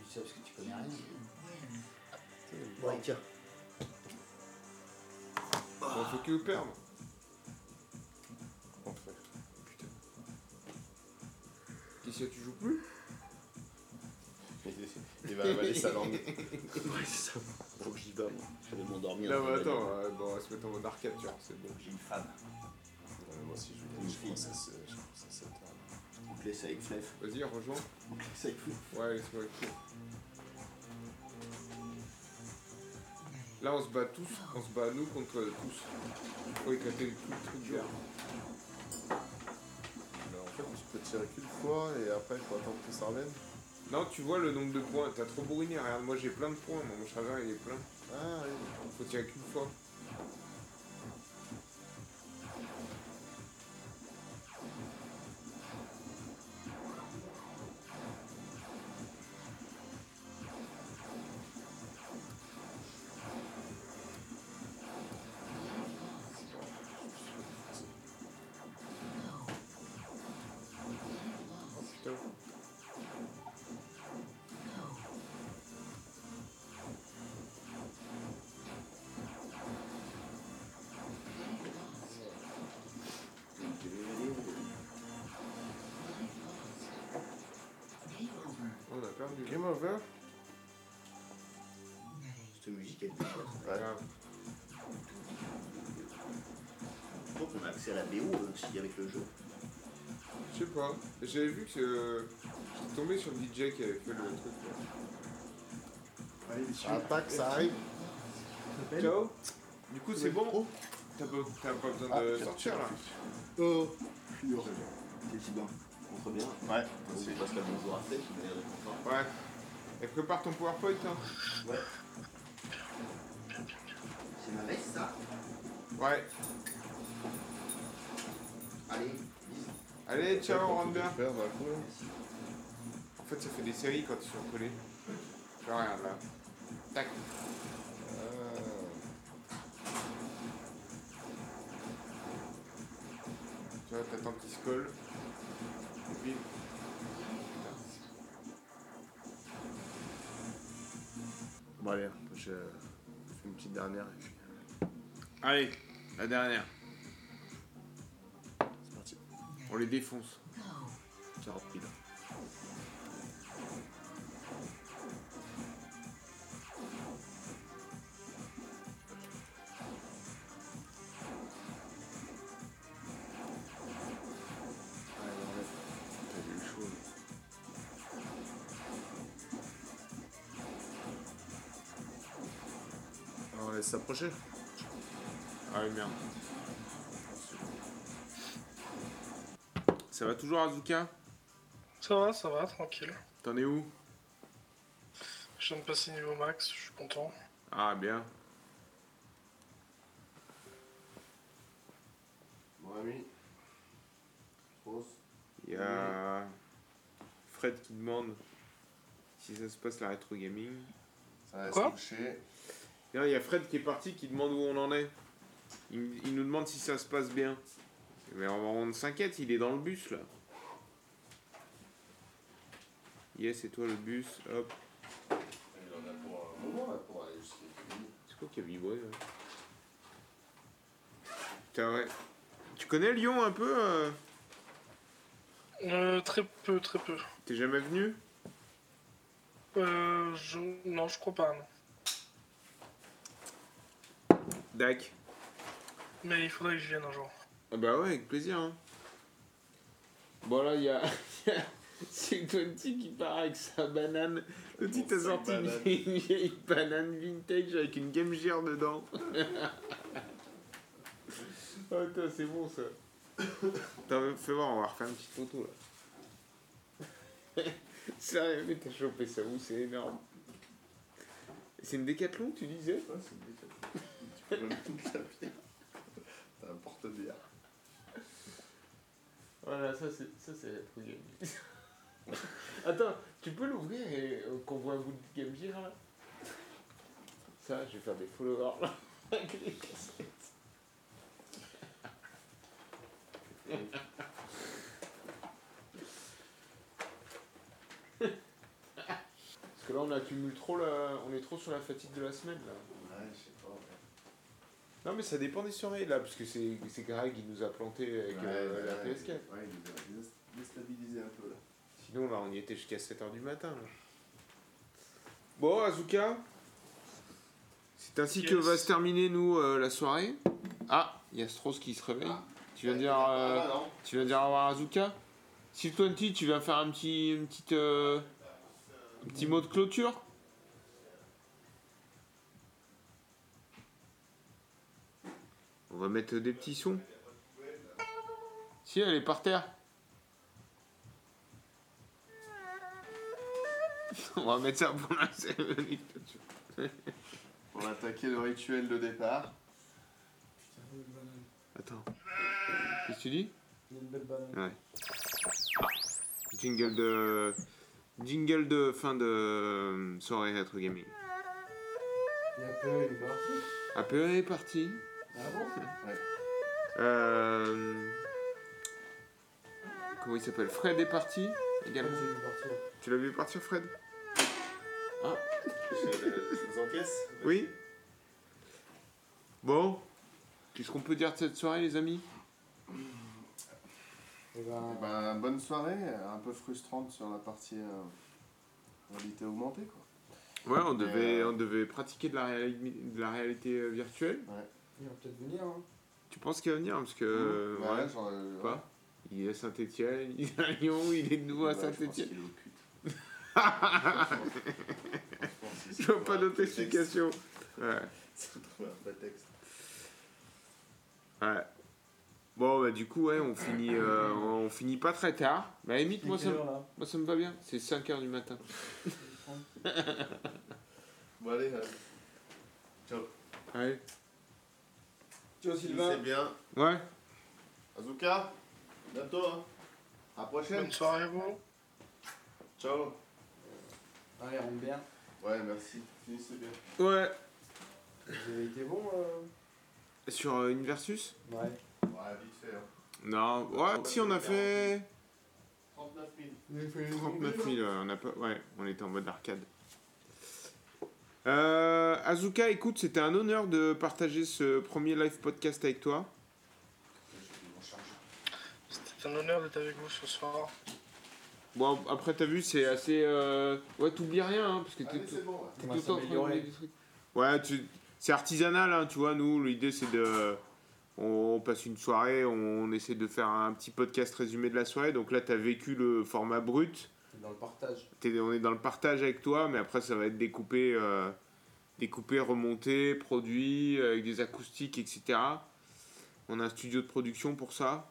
sais parce que tu connais rien. Ouais, tiens. Bon, faut qu'il nous perde. Enfer. Putain. Qu'est-ce que tu joues plus Il va avaler sa langue. Ouais, c'est ça. Faut que j'y bats, moi. Je vais m'endormir. Non, dans mais la attends, bagnole. euh, bon, on va se mettre en mode arcade, tu vois, c'est bon. J'ai une femme. Ouais, Moi aussi, je veux dire, je pense que ça se- je pense que ça s'éteint. On te laisse avec Flef. Vas-y, rejoins. On te laisse avec Flef. Ouais, laisse-moi écrire. Là, on se bat tous, on se bat nous contre tous. Faut éclater tout le truc vert. Alors, en fait, tu peux tirer qu'une fois et après, il faut attendre que ça revienne. Non, tu vois le nombre de points, t'as trop bourriné, regarde, moi j'ai plein de points, moi, mon chargeur il est plein. Ah, oui. Faut tirer qu'une fois. Oh putain. On a perdu. Game over Cette musique, elle est chouette. Grave. Je crois qu'on a accès à la BO euh, aussi avec le jeu. Je sais pas. J'avais vu que euh, j'étais tombé sur le DJ qui avait fait le truc. Attaque, ça arrive. là. Ciao. Du coup, c'est bon. T'as pas, t'as pas Ah, besoin de sortir là. Oh Fur. T'es si bien. Montre bien. Ouais, On passe la bonjour à Flef, il a l'air content. Ouais. Et prépare ton PowerPoint. Hein. C'est ma veste, ça Ouais. Allez. Allez, ciao, on rentre bien. Faire, bah, cool. En fait, ça fait des séries quand ils sont collés. Tu vois, regarde là. Tac. Euh. Tu vois, t'attends qu'ils se collent. Et puis. Bon, allez, je je fais une petite dernière et puis Allez, la dernière. c'est parti. On les défonce. 40 000. On laisse s'approcher. Ah oui, merde. Ça va toujours, Azuka Ça va, ça va, tranquille. T'en es où Je viens de passer niveau max, je suis content. Ah, bien. Mon ami. Rose. Il y a Fred qui demande si ça se passe la rétro gaming. Ça va Quoi se coucher. Tiens, Il y a Fred qui est parti qui demande où on en est. Il, il nous demande si ça se passe bien. Mais on, on s'inquiète, il est dans le bus là. Yes, c'est toi le bus, hop. Il en a pour un moment, là, pour aller jusqu'à C'est quoi qui a vibré là Putain, ouais. Tu connais Lyon un peu euh Euh, très peu, très peu. T'es jamais venu Euh, je... Non, je crois pas, non. Dac. Mais il faudrait que je vienne un jour. Ah bah ouais, avec plaisir. Hein. Bon là, il y a... C'est Twenty qui part avec sa banane. Le petit a sorti une banane. vieille- une vieille banane vintage avec une Game Gear dedans. oh putain, c'est bon ça. Putain, fais voir, on va refaire une petite photo là. Sérieux, mais t'as chopé ça où C'est énorme. C'est une décathlon, tu disais Tu peux même toute la bière. T'as un porte-bière. Voilà, ça c'est ça c'est la true game. Attends, tu peux l'ouvrir et euh, qu'on voit un bout de Game Gear là Ça, je vais faire des followers là. avec les cassettes. Parce que là on accumule trop la... on est trop sur la fatigue de la semaine là. Ouais, je sais pas. ouais. Non mais ça dépend des surveilles là, parce que c'est c'est Greg qui nous a planté avec Ouais, euh, ouais, la ouais, PS4. Ouais, il nous a dés- déstabilisé un peu là. Sinon, là, on y était jusqu'à 7h du matin. là. Bon, Azuka, c'est ainsi que Yes. va se terminer, nous, euh, la soirée. Ah, il y a Strauss qui se réveille. Tu viens dire, euh, bah Ah, non. tu viens dire au revoir à Azuka Si Twenty, tu viens faire un petit, une petite, euh, un petit mot de clôture On va mettre des petits sons. Si, elle est par terre. On va mettre ça pour la cérémonie. On va attaquer le rituel de départ. Attends. Qu'est-ce que tu dis Il y a une belle banane. Jingle de. Jingle de fin de euh, soirée Retro Gaming. Il y a peu, il est parti. APE est parti. Ah bon Euh, Comment il s'appelle Fred est parti Comme également. j'ai vu partir. Tu l'as vu partir, Fred Ah. Je vous encaisse Oui. Bon. Qu'est-ce qu'on peut dire de cette soirée, les amis Eh ben, Eh ben, bonne soirée, euh, un peu frustrante sur la partie euh, réalité augmentée. Quoi. Ouais, on devait, devait- on devait pratiquer de la, réalité euh, virtuelle. il va peut-être venir. Hein. Tu penses qu'il va venir Parce que. Bah, ouais, genre, euh, ouais. Quoi Il est à Saint-Etienne, il est à Lyon, il est de nouveau à Bah, je pense Saint-Etienne. qu'il est au cul. Je vois pas Ah, d'autre explication. Ouais. C'est trop un prétexte. ouais. Bon, bah, du coup, ouais, on finit, euh, on finit pas très tard. Mais à la limite, moi ça, Quelle me- heure, là moi, ça me va bien. C'est 5h du matin. Bon, allez, euh, Allez. Ciao c'est Sylvain. bien. Ouais. Azuka, bientôt. Hein. À la prochaine. Bonne soirée à vous. Ciao. Allez, rentre bien. Ouais, merci. Finissez bien. Ouais. Vous avez été bon euh Sur euh, Universus Ouais. Ouais, vite fait. Hein. Non. Ouais, si, on a fait 39 000. 39 000. ouais, euh, On a pas... Ouais, on était en mode arcade. Euh, Azuka, écoute, c'était un honneur de partager ce premier live podcast avec toi. C'était un honneur d'être avec vous ce soir. Bon, après, t'as vu, c'est assez. euh, Ouais, t'oublies rien, hein, parce que Ah, t'es Allez, tout, c'est bon. ouais. t'es On va tout le temps en train s'améliorer. d'oublier des trucs. Ouais, tu... c'est artisanal, hein, tu vois, nous, l'idée, c'est de. On passe une soirée, on essaie de faire un petit podcast résumé de la soirée. Donc là, t'as vécu le format brut. Dans le partage. T'es- on est dans le partage avec toi, mais après, ça va être découpé, euh, découpé remonté, produit, euh, avec des acoustiques, etc. On a un studio de production pour ça.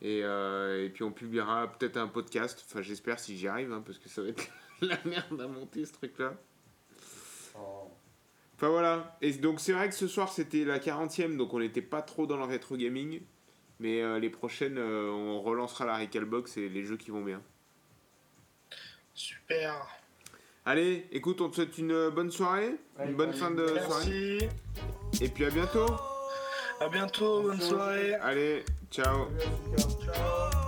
Et, euh, et puis, on publiera peut-être un podcast. Enfin, j'espère si j'y arrive, hein, parce que ça va être la merde à monter ce truc-là. Oh. Enfin voilà. Et donc c'est vrai que ce soir c'était la 40e, donc on n'était pas trop dans le rétro gaming. Mais euh, les prochaines, euh, on relancera la Recalbox et les jeux qui vont bien. Super. Allez, écoute, on te souhaite une euh, bonne soirée, Allez, une bonne allez. fin de soirée. Merci. Et puis à bientôt. À bientôt. Bonne soirée. Allez, ciao. Salut Azuka. Ciao.